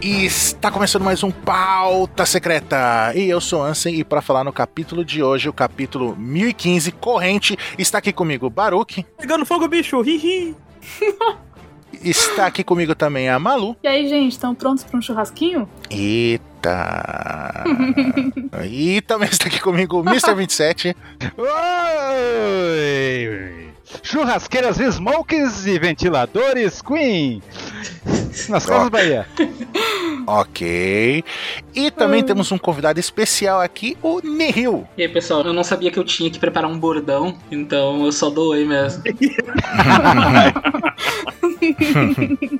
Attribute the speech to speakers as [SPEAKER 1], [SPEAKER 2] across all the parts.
[SPEAKER 1] E está começando mais um Pauta Secreta. E eu sou Ansem e para falar no capítulo de hoje, o capítulo 1015, corrente, está aqui comigo Baruque.
[SPEAKER 2] Pegando fogo, bicho! Hihi!
[SPEAKER 1] está aqui comigo também a Malu.
[SPEAKER 3] E aí, gente, estão prontos para um churrasquinho?
[SPEAKER 1] Eita! e também está aqui comigo o Mr. 27.
[SPEAKER 4] Oi! Churrasqueiras, smokes e ventiladores Queen! Nas Casas Bahia.
[SPEAKER 1] Ok. E também temos um convidado especial aqui, o Nihil.
[SPEAKER 5] E aí, pessoal, eu não sabia que eu tinha que preparar um bordão, então eu só dou oi mesmo.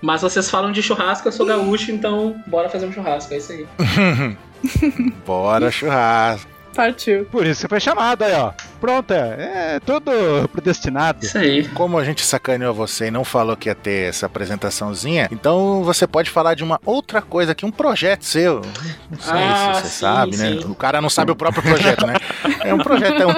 [SPEAKER 5] Mas vocês falam de churrasco, eu sou gaúcho, então bora fazer um churrasco, é isso aí.
[SPEAKER 1] Bora, churrasco.
[SPEAKER 3] Partiu.
[SPEAKER 4] Por isso que foi chamado aí, ó. Pronta, é tudo predestinado.
[SPEAKER 5] Isso aí.
[SPEAKER 1] Como a gente sacaneou você e não falou que ia ter essa apresentaçãozinha, então você pode falar de uma outra coisa aqui, um projeto seu. Não sei
[SPEAKER 5] Ah,
[SPEAKER 1] se você
[SPEAKER 5] sim,
[SPEAKER 1] sabe, né?
[SPEAKER 5] sim.
[SPEAKER 1] O cara não sabe o próprio projeto, né? É um projeto, é um,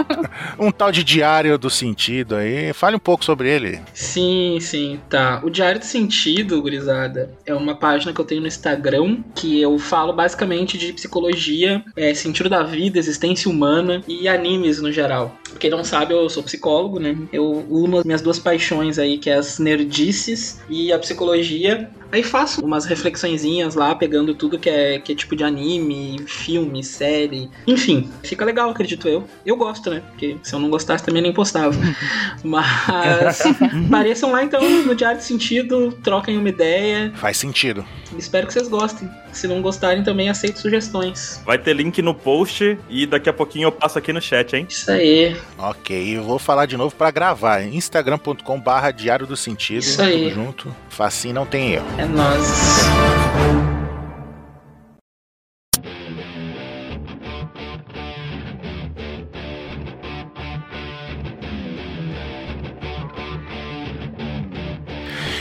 [SPEAKER 1] um tal de diário do sentido aí. Fale um pouco sobre ele.
[SPEAKER 5] Sim, sim, tá. O Diário do Sentido, gurizada, é uma página que eu tenho no Instagram que eu falo basicamente de psicologia, é, sentido da vida, existência humana e animes no geral. Pra Quem não sabe, eu sou psicólogo, né? Eu uno as minhas duas paixões aí, que é as nerdices e a psicologia. Aí faço umas reflexõezinhas lá, pegando tudo que é, que é tipo de anime, filme, série. Enfim, fica legal, acredito eu. Eu gosto, né? Porque se eu não gostasse também nem postava. Mas apareçam lá então no Diário do Sentido, troquem uma ideia.
[SPEAKER 1] Faz sentido.
[SPEAKER 5] Espero que vocês gostem. Se não gostarem, também aceito sugestões.
[SPEAKER 2] Vai ter link no post e daqui a pouquinho eu passo aqui no chat, hein?
[SPEAKER 5] Isso aí.
[SPEAKER 1] Ok, eu vou falar de novo pra gravar. instagram.com barra diário do sentido.
[SPEAKER 5] Isso aí.
[SPEAKER 1] Tudo junto. Facinho não tem erro.
[SPEAKER 5] É nóis.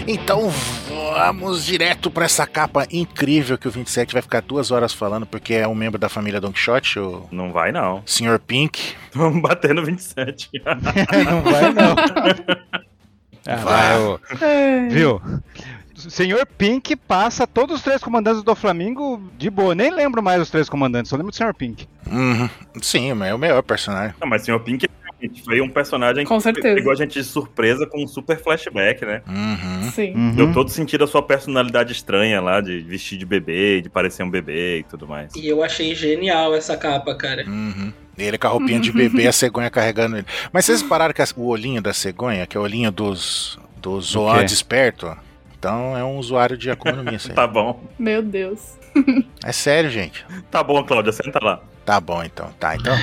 [SPEAKER 1] Então vamos direto pra essa capa incrível que o 27 vai ficar duas horas falando, porque é um membro da família Don Quixote, o
[SPEAKER 2] Não vai não.
[SPEAKER 1] Sr. Pink.
[SPEAKER 2] Vamos bater no 27.
[SPEAKER 4] não vai, não. Ah, vai, ô.
[SPEAKER 3] É.
[SPEAKER 4] Viu? O senhor Pink passa todos os três comandantes do Flamengo de boa. Nem lembro mais os três comandantes, só lembro do senhor Pink.
[SPEAKER 1] Uhum. Sim, mas é o melhor personagem.
[SPEAKER 2] não, mas o Sr. Pink realmente foi um personagem
[SPEAKER 3] Com certeza.
[SPEAKER 2] que pegou a gente de surpresa com um super flashback, né?
[SPEAKER 1] Uhum.
[SPEAKER 3] Sim.
[SPEAKER 2] Deu todo sentido a sua personalidade estranha lá, de vestir de bebê, de parecer um bebê e tudo mais.
[SPEAKER 5] E eu achei genial essa capa, cara.
[SPEAKER 1] Uhum. Ele com a roupinha de bebê, a cegonha carregando ele. Mas vocês pararam que as- o olhinho da cegonha, que é o olhinho dos, dos zoantes perto, ó. então é um usuário de Akuma no Mi, isso aí.
[SPEAKER 2] Tá bom.
[SPEAKER 3] Meu Deus.
[SPEAKER 1] É sério, gente.
[SPEAKER 2] Tá bom, Cláudia, senta lá.
[SPEAKER 1] Tá bom, então. Tá, então.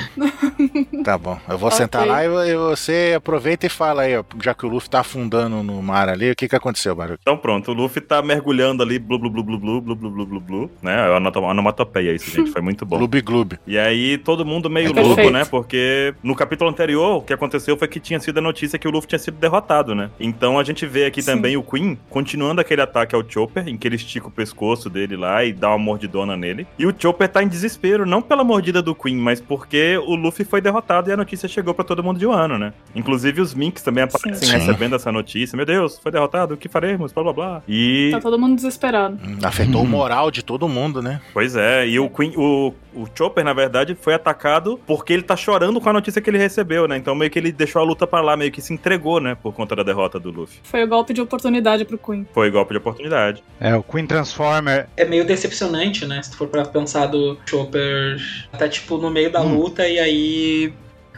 [SPEAKER 1] Tá bom. Eu vou sentar
[SPEAKER 3] Ok.
[SPEAKER 1] lá e vo- e você aproveita e fala aí, ó, já que o Luffy tá afundando no mar ali, o que que aconteceu, Baruch?
[SPEAKER 2] Então pronto, o Luffy tá mergulhando ali, blu blu blu blu blu blu blu blu blu blu, né? É uma onoto- onomatopeia isso, gente, foi muito bom.
[SPEAKER 1] Gloob Gloob.
[SPEAKER 2] E aí todo mundo meio
[SPEAKER 1] É
[SPEAKER 2] louco,
[SPEAKER 3] perfeito.
[SPEAKER 2] né? Porque no capítulo anterior, o que aconteceu foi que tinha sido a notícia que o Luffy tinha sido derrotado, né? Então a gente vê aqui
[SPEAKER 3] Sim.
[SPEAKER 2] também o Queen continuando aquele ataque ao Chopper, em que ele estica o pescoço dele lá e dá uma mordidona nele. E o Chopper tá em desespero, não pela mordida do Queen, mas porque o Luffy foi derrotado e a notícia chegou pra todo mundo de um ano, né? Inclusive os Minks também aparecem
[SPEAKER 1] Sim.
[SPEAKER 2] recebendo essa notícia. Meu Deus, foi derrotado, o que faremos? Blá blá blá. E
[SPEAKER 3] Tá todo mundo desesperado.
[SPEAKER 1] Hum, Afetou o moral de todo mundo, né?
[SPEAKER 2] Pois é, e o Queen, o, o Chopper, na verdade, foi atacado porque ele tá chorando com a notícia que ele recebeu, né? Então meio que ele deixou a luta pra lá, meio que se entregou, né? Por conta da derrota do Luffy.
[SPEAKER 3] Foi o golpe de oportunidade pro Queen.
[SPEAKER 2] Foi golpe de oportunidade.
[SPEAKER 4] É, o Queen Transformer.
[SPEAKER 5] É meio decepcionante, né? Se tu for pra pensar do Chopper. Tá tipo no meio da
[SPEAKER 4] Hum.
[SPEAKER 5] luta e aí.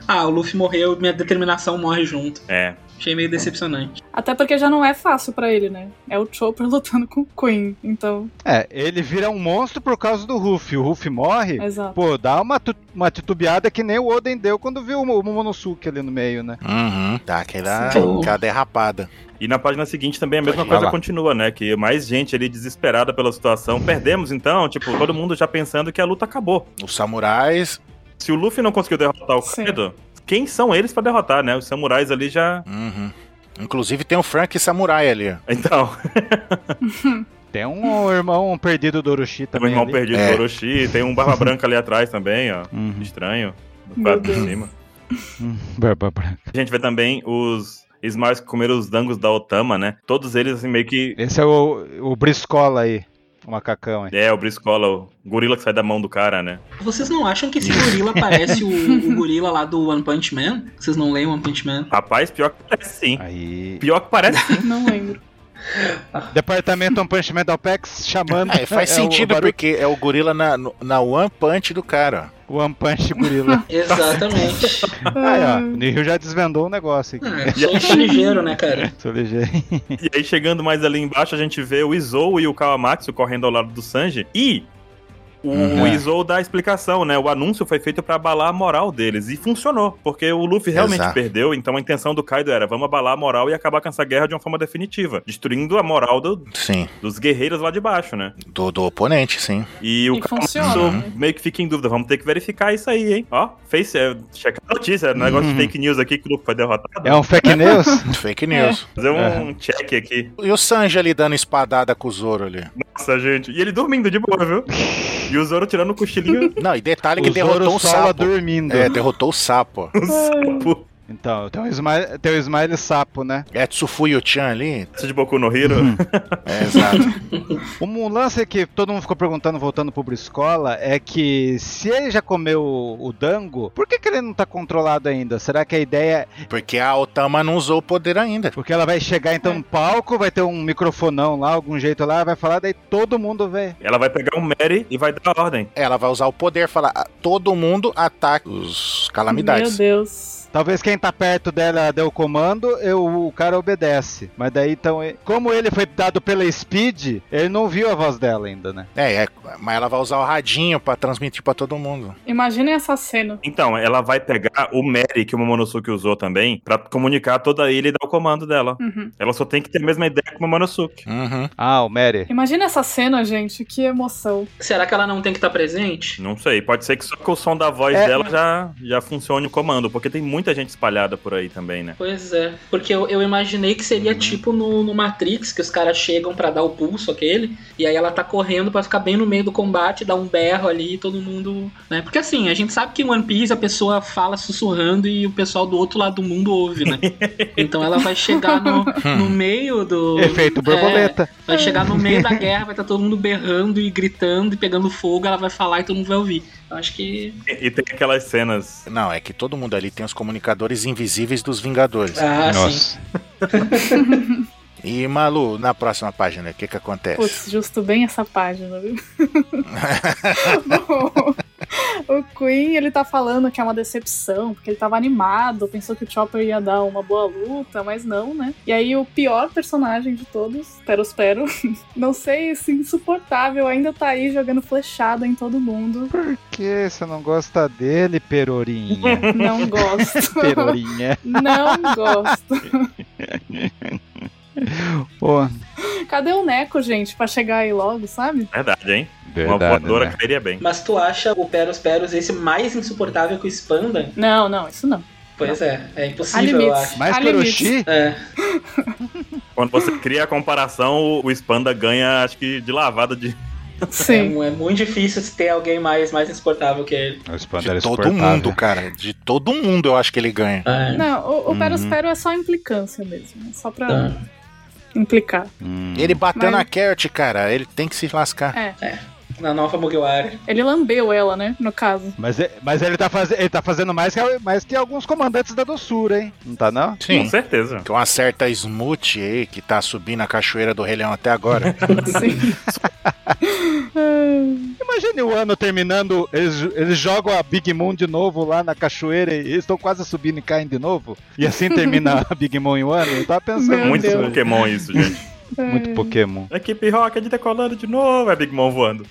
[SPEAKER 5] Ah, o Luffy morreu, minha determinação morre junto.
[SPEAKER 2] É.
[SPEAKER 5] Achei meio decepcionante.
[SPEAKER 3] Até porque já não é fácil pra ele, né? É o Chopper lutando com o Queen. Então,
[SPEAKER 4] É, ele vira um monstro por causa do Ruffy. O Ruffy morre.
[SPEAKER 3] exato.
[SPEAKER 4] Pô, dá uma, tu- uma titubeada que nem o Oden deu quando viu o Mo- o Momonosuke ali no meio, né?
[SPEAKER 1] Uhum. Tá aquela,
[SPEAKER 5] Sim.
[SPEAKER 1] aquela derrapada.
[SPEAKER 2] E na página seguinte também a mesma
[SPEAKER 4] Vai
[SPEAKER 2] coisa
[SPEAKER 4] lá.
[SPEAKER 2] continua, né? Que mais gente ali desesperada pela situação. Perdemos então, tipo, todo mundo já pensando que a luta acabou.
[SPEAKER 1] Os samurais.
[SPEAKER 2] Se o Luffy não conseguiu derrotar o
[SPEAKER 3] Sim.
[SPEAKER 2] Kaido, quem são eles pra derrotar, né? Os samurais ali já.
[SPEAKER 1] Uhum. Inclusive tem o Frank Samurai ali. ó.
[SPEAKER 2] Então,
[SPEAKER 4] Tem um irmão perdido do
[SPEAKER 2] tem
[SPEAKER 4] Orochi
[SPEAKER 2] um
[SPEAKER 4] também.
[SPEAKER 2] irmão
[SPEAKER 4] ali.
[SPEAKER 2] perdido
[SPEAKER 1] É.
[SPEAKER 2] do Orochi, tem um Barba Branca ali atrás também, ó.
[SPEAKER 4] Uhum.
[SPEAKER 2] Estranho. No
[SPEAKER 3] Meu
[SPEAKER 2] quadro de
[SPEAKER 3] Deus.
[SPEAKER 2] cima.
[SPEAKER 4] Hum, barba branca.
[SPEAKER 2] A gente vê também os Smiles que comeram os dangos da Otama, né? Todos eles assim, meio que.
[SPEAKER 4] Esse é o, o Briscola aí. O macacão aí.
[SPEAKER 2] É, o Briscola, o gorila que sai da mão do cara, né?
[SPEAKER 5] Vocês não acham que esse gorila parece o, o gorila lá do One Punch Man? Vocês não leem One Punch Man?
[SPEAKER 2] Rapaz, pior que parece sim.
[SPEAKER 4] Aí.
[SPEAKER 2] Pior que parece.
[SPEAKER 3] Não lembro.
[SPEAKER 4] Departamento One Punch Man da OPEX chamando.
[SPEAKER 1] É, faz
[SPEAKER 4] o
[SPEAKER 1] sentido
[SPEAKER 4] barulho-
[SPEAKER 1] porque é o gorila na, no- na One Punch do cara.
[SPEAKER 4] One Punch Gorila.
[SPEAKER 5] Exatamente.
[SPEAKER 4] aí, ó. O Nihil já desvendou o negócio aqui.
[SPEAKER 1] É.
[SPEAKER 5] Ah, eu sou ligeiro, né, cara?
[SPEAKER 4] Sou ligeiro.
[SPEAKER 2] E aí, chegando mais ali embaixo, a gente vê o Izou e o Kawamatsu correndo ao lado do Sanji. E o
[SPEAKER 1] Uhum.
[SPEAKER 2] Izou dá a explicação, né? O anúncio foi feito pra abalar a moral deles. E funcionou, porque o Luffy realmente
[SPEAKER 1] Exato.
[SPEAKER 2] perdeu. Então a intenção do Kaido era: vamos abalar a moral e acabar com essa guerra de uma forma definitiva, destruindo a moral do-
[SPEAKER 1] Sim.
[SPEAKER 2] dos guerreiros lá de baixo, né?
[SPEAKER 1] Do, do oponente, sim.
[SPEAKER 2] E o
[SPEAKER 3] E
[SPEAKER 2] Kawamatsu
[SPEAKER 3] funciona, né?
[SPEAKER 2] meio que fica em dúvida: vamos ter que verificar isso aí, hein? Ó, fez, é, checar a notícia, negócio de fake news aqui que o Luffy foi derrotado.
[SPEAKER 4] É um fake news?
[SPEAKER 1] Fake news.
[SPEAKER 2] Fazer um check aqui.
[SPEAKER 1] E o Sanji ali dando espadada com o Zoro ali.
[SPEAKER 2] Nossa, gente. E ele dormindo de boa, viu? E o Zoro tirando o cochilinho.
[SPEAKER 1] Não, e detalhe que
[SPEAKER 4] o Zoro
[SPEAKER 1] derrotou o
[SPEAKER 4] Sola
[SPEAKER 1] sapo.
[SPEAKER 4] dormindo.
[SPEAKER 1] É, derrotou o sapo.
[SPEAKER 2] no sapo.
[SPEAKER 4] Então, tem o, Smile, tem o Smile Sapo, né?
[SPEAKER 1] É Tsufuyu-chan ali?
[SPEAKER 2] Essa de Boku no Hero.
[SPEAKER 4] Uhum.
[SPEAKER 1] É, exato.
[SPEAKER 4] Um lance que todo mundo ficou perguntando, voltando pro Briscola, é que se ele já comeu o, o dango, por que, que ele não tá controlado ainda? Será que a ideia é
[SPEAKER 1] Porque a Otama não usou o poder ainda.
[SPEAKER 4] Porque ela vai chegar então no palco, vai ter um microfonão lá, algum jeito lá, vai falar, daí todo mundo vê.
[SPEAKER 2] Ela vai pegar um Mary e vai dar ordem.
[SPEAKER 1] Ela vai usar o poder e falar: "Ah, todo mundo ataca os
[SPEAKER 3] Meu
[SPEAKER 1] calamidades.
[SPEAKER 3] Deus.
[SPEAKER 4] Talvez quem tá perto dela dê o comando, eu, o cara obedece. Mas daí então, e- como ele foi dado pela Speed, ele não viu a voz dela ainda, né?
[SPEAKER 1] É, é, mas ela vai usar o radinho pra transmitir pra todo mundo.
[SPEAKER 3] Imaginem essa cena.
[SPEAKER 2] Então, ela vai pegar o Mary que o Momonosuke usou também pra comunicar toda a ilha e dar o comando dela.
[SPEAKER 3] Uhum.
[SPEAKER 2] Ela só tem que ter a mesma ideia que o Momonosuke.
[SPEAKER 1] Uhum.
[SPEAKER 4] Ah, o Mary.
[SPEAKER 3] Imagina essa cena, gente. Que emoção.
[SPEAKER 5] Será que ela não tem que estar presente?
[SPEAKER 2] Não sei, pode ser que só com o som da voz
[SPEAKER 4] É.
[SPEAKER 2] dela já, já funcione o comando, porque tem muita gente espalhada por aí também, né?
[SPEAKER 5] Pois é, porque eu, eu imaginei que seria tipo no, no Matrix, que os caras chegam pra dar o pulso aquele, e aí ela tá correndo pra ficar bem no meio do combate, dar um berro ali e todo mundo. Né? Porque assim, a gente sabe que em One Piece a pessoa fala sussurrando e o pessoal do outro lado do mundo ouve, né? Então ela vai chegar no,
[SPEAKER 1] Hum.
[SPEAKER 5] no
[SPEAKER 3] Uhum.
[SPEAKER 5] meio do.
[SPEAKER 4] Efeito borboleta.
[SPEAKER 5] Vai chegar no meio da guerra, vai estar todo mundo berrando e gritando e pegando fogo, ela vai falar e todo mundo vai ouvir. Eu acho que.
[SPEAKER 2] E, e tem aquelas cenas.
[SPEAKER 1] Não, é que todo mundo ali tem os comunicadores invisíveis dos Vingadores.
[SPEAKER 3] É.
[SPEAKER 5] Ah, sim.
[SPEAKER 4] Nossa.
[SPEAKER 1] E, Malu, na próxima página, o que que acontece?
[SPEAKER 3] Putz, justo bem essa página, viu? Bom, o Queen, ele tá falando que é uma decepção, porque ele tava animado, pensou que o Chopper ia dar uma boa luta, mas não, né? E aí o pior personagem de todos, Perospero, não sei, assim, insuportável, ainda tá aí jogando flechada em todo mundo.
[SPEAKER 4] Por que você não gosta dele, perorinha?
[SPEAKER 3] Não gosto.
[SPEAKER 4] perorinha.
[SPEAKER 3] não gosto.
[SPEAKER 4] Pô,
[SPEAKER 3] Cadê o Neco, gente, pra chegar aí logo, sabe?
[SPEAKER 2] é Verdade, hein? Uma
[SPEAKER 4] verdade,
[SPEAKER 2] voadora
[SPEAKER 4] né?
[SPEAKER 2] cairia bem.
[SPEAKER 5] Mas tu acha o Peros Peros esse mais insuportável que o Spanda?
[SPEAKER 3] Não, não, isso não.
[SPEAKER 5] Pois é, é
[SPEAKER 3] Há
[SPEAKER 5] impossível, eu
[SPEAKER 3] limites.
[SPEAKER 5] acho.
[SPEAKER 4] Mas
[SPEAKER 3] há limites.
[SPEAKER 4] peroxi?
[SPEAKER 5] É,
[SPEAKER 2] Quando você cria a comparação, o- o Spanda ganha, acho que, de lavada de,
[SPEAKER 5] é,
[SPEAKER 3] Sim.
[SPEAKER 5] mu- é muito difícil ter alguém mais, mais insuportável que ele.
[SPEAKER 4] O é
[SPEAKER 1] De todo mundo, cara. De todo mundo eu acho que ele ganha.
[SPEAKER 5] É.
[SPEAKER 3] Não, o, o
[SPEAKER 4] Uhum.
[SPEAKER 3] perospero é só implicância mesmo. é Só pra
[SPEAKER 5] Tá.
[SPEAKER 3] implicar.
[SPEAKER 4] Hum.
[SPEAKER 1] Ele bateu
[SPEAKER 3] Mas-
[SPEAKER 1] na Carrot, cara, ele tem que se lascar.
[SPEAKER 5] Na nova Mugiwara.
[SPEAKER 3] Ele lambeu ela, né? No caso.
[SPEAKER 4] Mas, é- mas ele, tá faze- ele tá fazendo mais que, mais que alguns comandantes da doçura, hein? Não tá, não?
[SPEAKER 3] É.
[SPEAKER 2] Com certeza.
[SPEAKER 1] Tem uma certa Então Smooth aí que tá subindo a cachoeira do Rei Leão até agora.
[SPEAKER 3] Sim.
[SPEAKER 4] Imagine o ano terminando, eles, eles jogam a Big Moon de novo lá na cachoeira e eles estão quase subindo e caem de novo. E assim termina a Big Moon e o ano. Eu tava pensando
[SPEAKER 3] Meu
[SPEAKER 2] Muito
[SPEAKER 4] nisso
[SPEAKER 3] Deus.
[SPEAKER 4] hoje.
[SPEAKER 2] Pokémon isso, gente.
[SPEAKER 3] É,
[SPEAKER 4] Muito Pokémon.
[SPEAKER 2] Equipe Rocket decolando de novo, é Big Mom voando.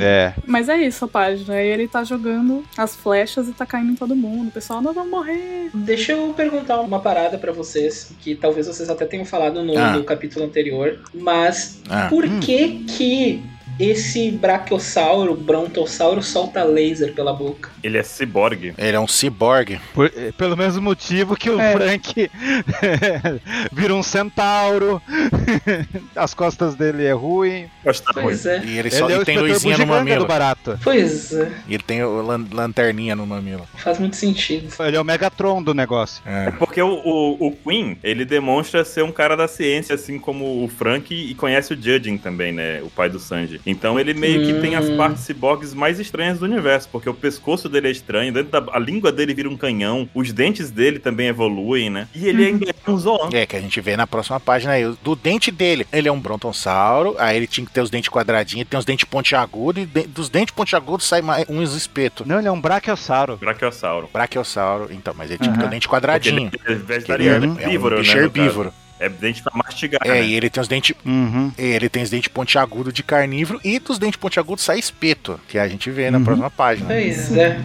[SPEAKER 4] É.
[SPEAKER 3] Mas é isso a página. Aí ele tá jogando as flechas e tá caindo em todo mundo. O pessoal, nós vamos morrer.
[SPEAKER 5] Deixa eu perguntar uma parada pra vocês, que talvez vocês até tenham falado no,
[SPEAKER 1] Ah.
[SPEAKER 5] no capítulo anterior, mas
[SPEAKER 1] Ah,
[SPEAKER 5] por que que Esse brachiosauro, brontossauro, solta laser pela boca.
[SPEAKER 2] Ele é ciborgue.
[SPEAKER 1] Ele é um ciborgue.
[SPEAKER 4] Por- eh, pelo mesmo motivo que o
[SPEAKER 3] É.
[SPEAKER 4] Frank vira um centauro, as costas dele é ruim.
[SPEAKER 2] Gosta tá ruim.
[SPEAKER 5] Pois é.
[SPEAKER 1] E ele só
[SPEAKER 4] ele é
[SPEAKER 1] e
[SPEAKER 4] o
[SPEAKER 1] tem
[SPEAKER 4] inspetor
[SPEAKER 1] luzinha no
[SPEAKER 4] bugiganga do
[SPEAKER 1] mamilo.
[SPEAKER 4] barato.
[SPEAKER 5] Pois é.
[SPEAKER 1] E ele tem o lan- lanterninha no mamilo.
[SPEAKER 5] Faz muito sentido.
[SPEAKER 4] Ele é o Megatron do negócio.
[SPEAKER 1] É.
[SPEAKER 2] Porque o, o, o Queen, ele demonstra ser um cara da ciência, assim como o Frank, e conhece o Judging também, né? O pai do Sanji. Então ele meio que tem as
[SPEAKER 5] Hum.
[SPEAKER 2] partes ciborgues mais estranhas do universo, porque o pescoço dele é estranho, dentro da, a língua dele vira um canhão, os dentes dele também evoluem, né? E ele ainda é um zoan.
[SPEAKER 1] É, que a gente vê na próxima página aí. Do dente dele. Ele é um brontossauro, aí ele tinha que ter os dentes quadradinhos, tem os dentes pontiagudos, e de- dos dentes pontiagudos sai mais uns espetos.
[SPEAKER 4] Não, ele é um Brachiosauro.
[SPEAKER 2] Brachiosauro.
[SPEAKER 1] Brachiosauro, então, mas ele tinha que ter o
[SPEAKER 4] Aham.
[SPEAKER 1] dente
[SPEAKER 2] Porque
[SPEAKER 1] quadradinho.
[SPEAKER 2] ele é vegetariano, é herbívoro,
[SPEAKER 1] é um
[SPEAKER 2] né?
[SPEAKER 1] bicho
[SPEAKER 2] no caso.
[SPEAKER 1] herbívoro.
[SPEAKER 2] É dente pra mastigar,
[SPEAKER 1] É,
[SPEAKER 2] né?
[SPEAKER 1] e ele tem os dentes.
[SPEAKER 4] Uhum.
[SPEAKER 1] Ele tem os dentes pontiagudos de carnívoro e dos dentes pontiagudos sai espeto, que a gente vê na
[SPEAKER 4] Uhum.
[SPEAKER 1] próxima página.
[SPEAKER 5] Pois é.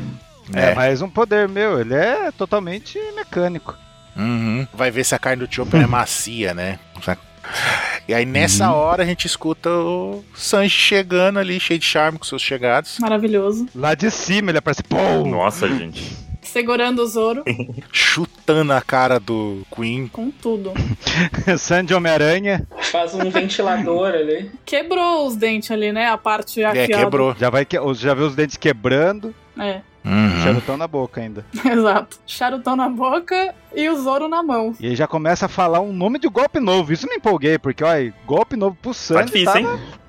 [SPEAKER 4] É.
[SPEAKER 1] É.
[SPEAKER 4] mais um poder meu, ele é totalmente mecânico.
[SPEAKER 1] Uhum. Vai ver se a carne do Chopper é macia, né? E aí nessa
[SPEAKER 4] Uhum.
[SPEAKER 1] hora a gente escuta o Sanji chegando ali, cheio de charme com seus chegados,
[SPEAKER 3] Maravilhoso.
[SPEAKER 4] Lá de cima ele aparece. Pum!
[SPEAKER 2] Nossa, gente.
[SPEAKER 3] Segurando o Zoro
[SPEAKER 1] chutando a cara do Queen.
[SPEAKER 3] com tudo.
[SPEAKER 4] Sandy Homem-Aranha
[SPEAKER 5] Faz um ventilador ali.
[SPEAKER 3] Quebrou os dentes ali, né? A parte
[SPEAKER 1] É,
[SPEAKER 3] afiada.
[SPEAKER 1] quebrou.
[SPEAKER 4] já vai que... já vê os dentes quebrando,
[SPEAKER 3] É,
[SPEAKER 4] o
[SPEAKER 1] Uhum.
[SPEAKER 4] charutão na boca ainda.
[SPEAKER 3] exato. Charutão na boca e o Zoro na mão.
[SPEAKER 4] E ele já começa a falar um nome de golpe novo. Isso me empolguei, porque olha, golpe novo pro
[SPEAKER 2] Tá
[SPEAKER 4] Sandy
[SPEAKER 2] difícil, hein?
[SPEAKER 4] hein?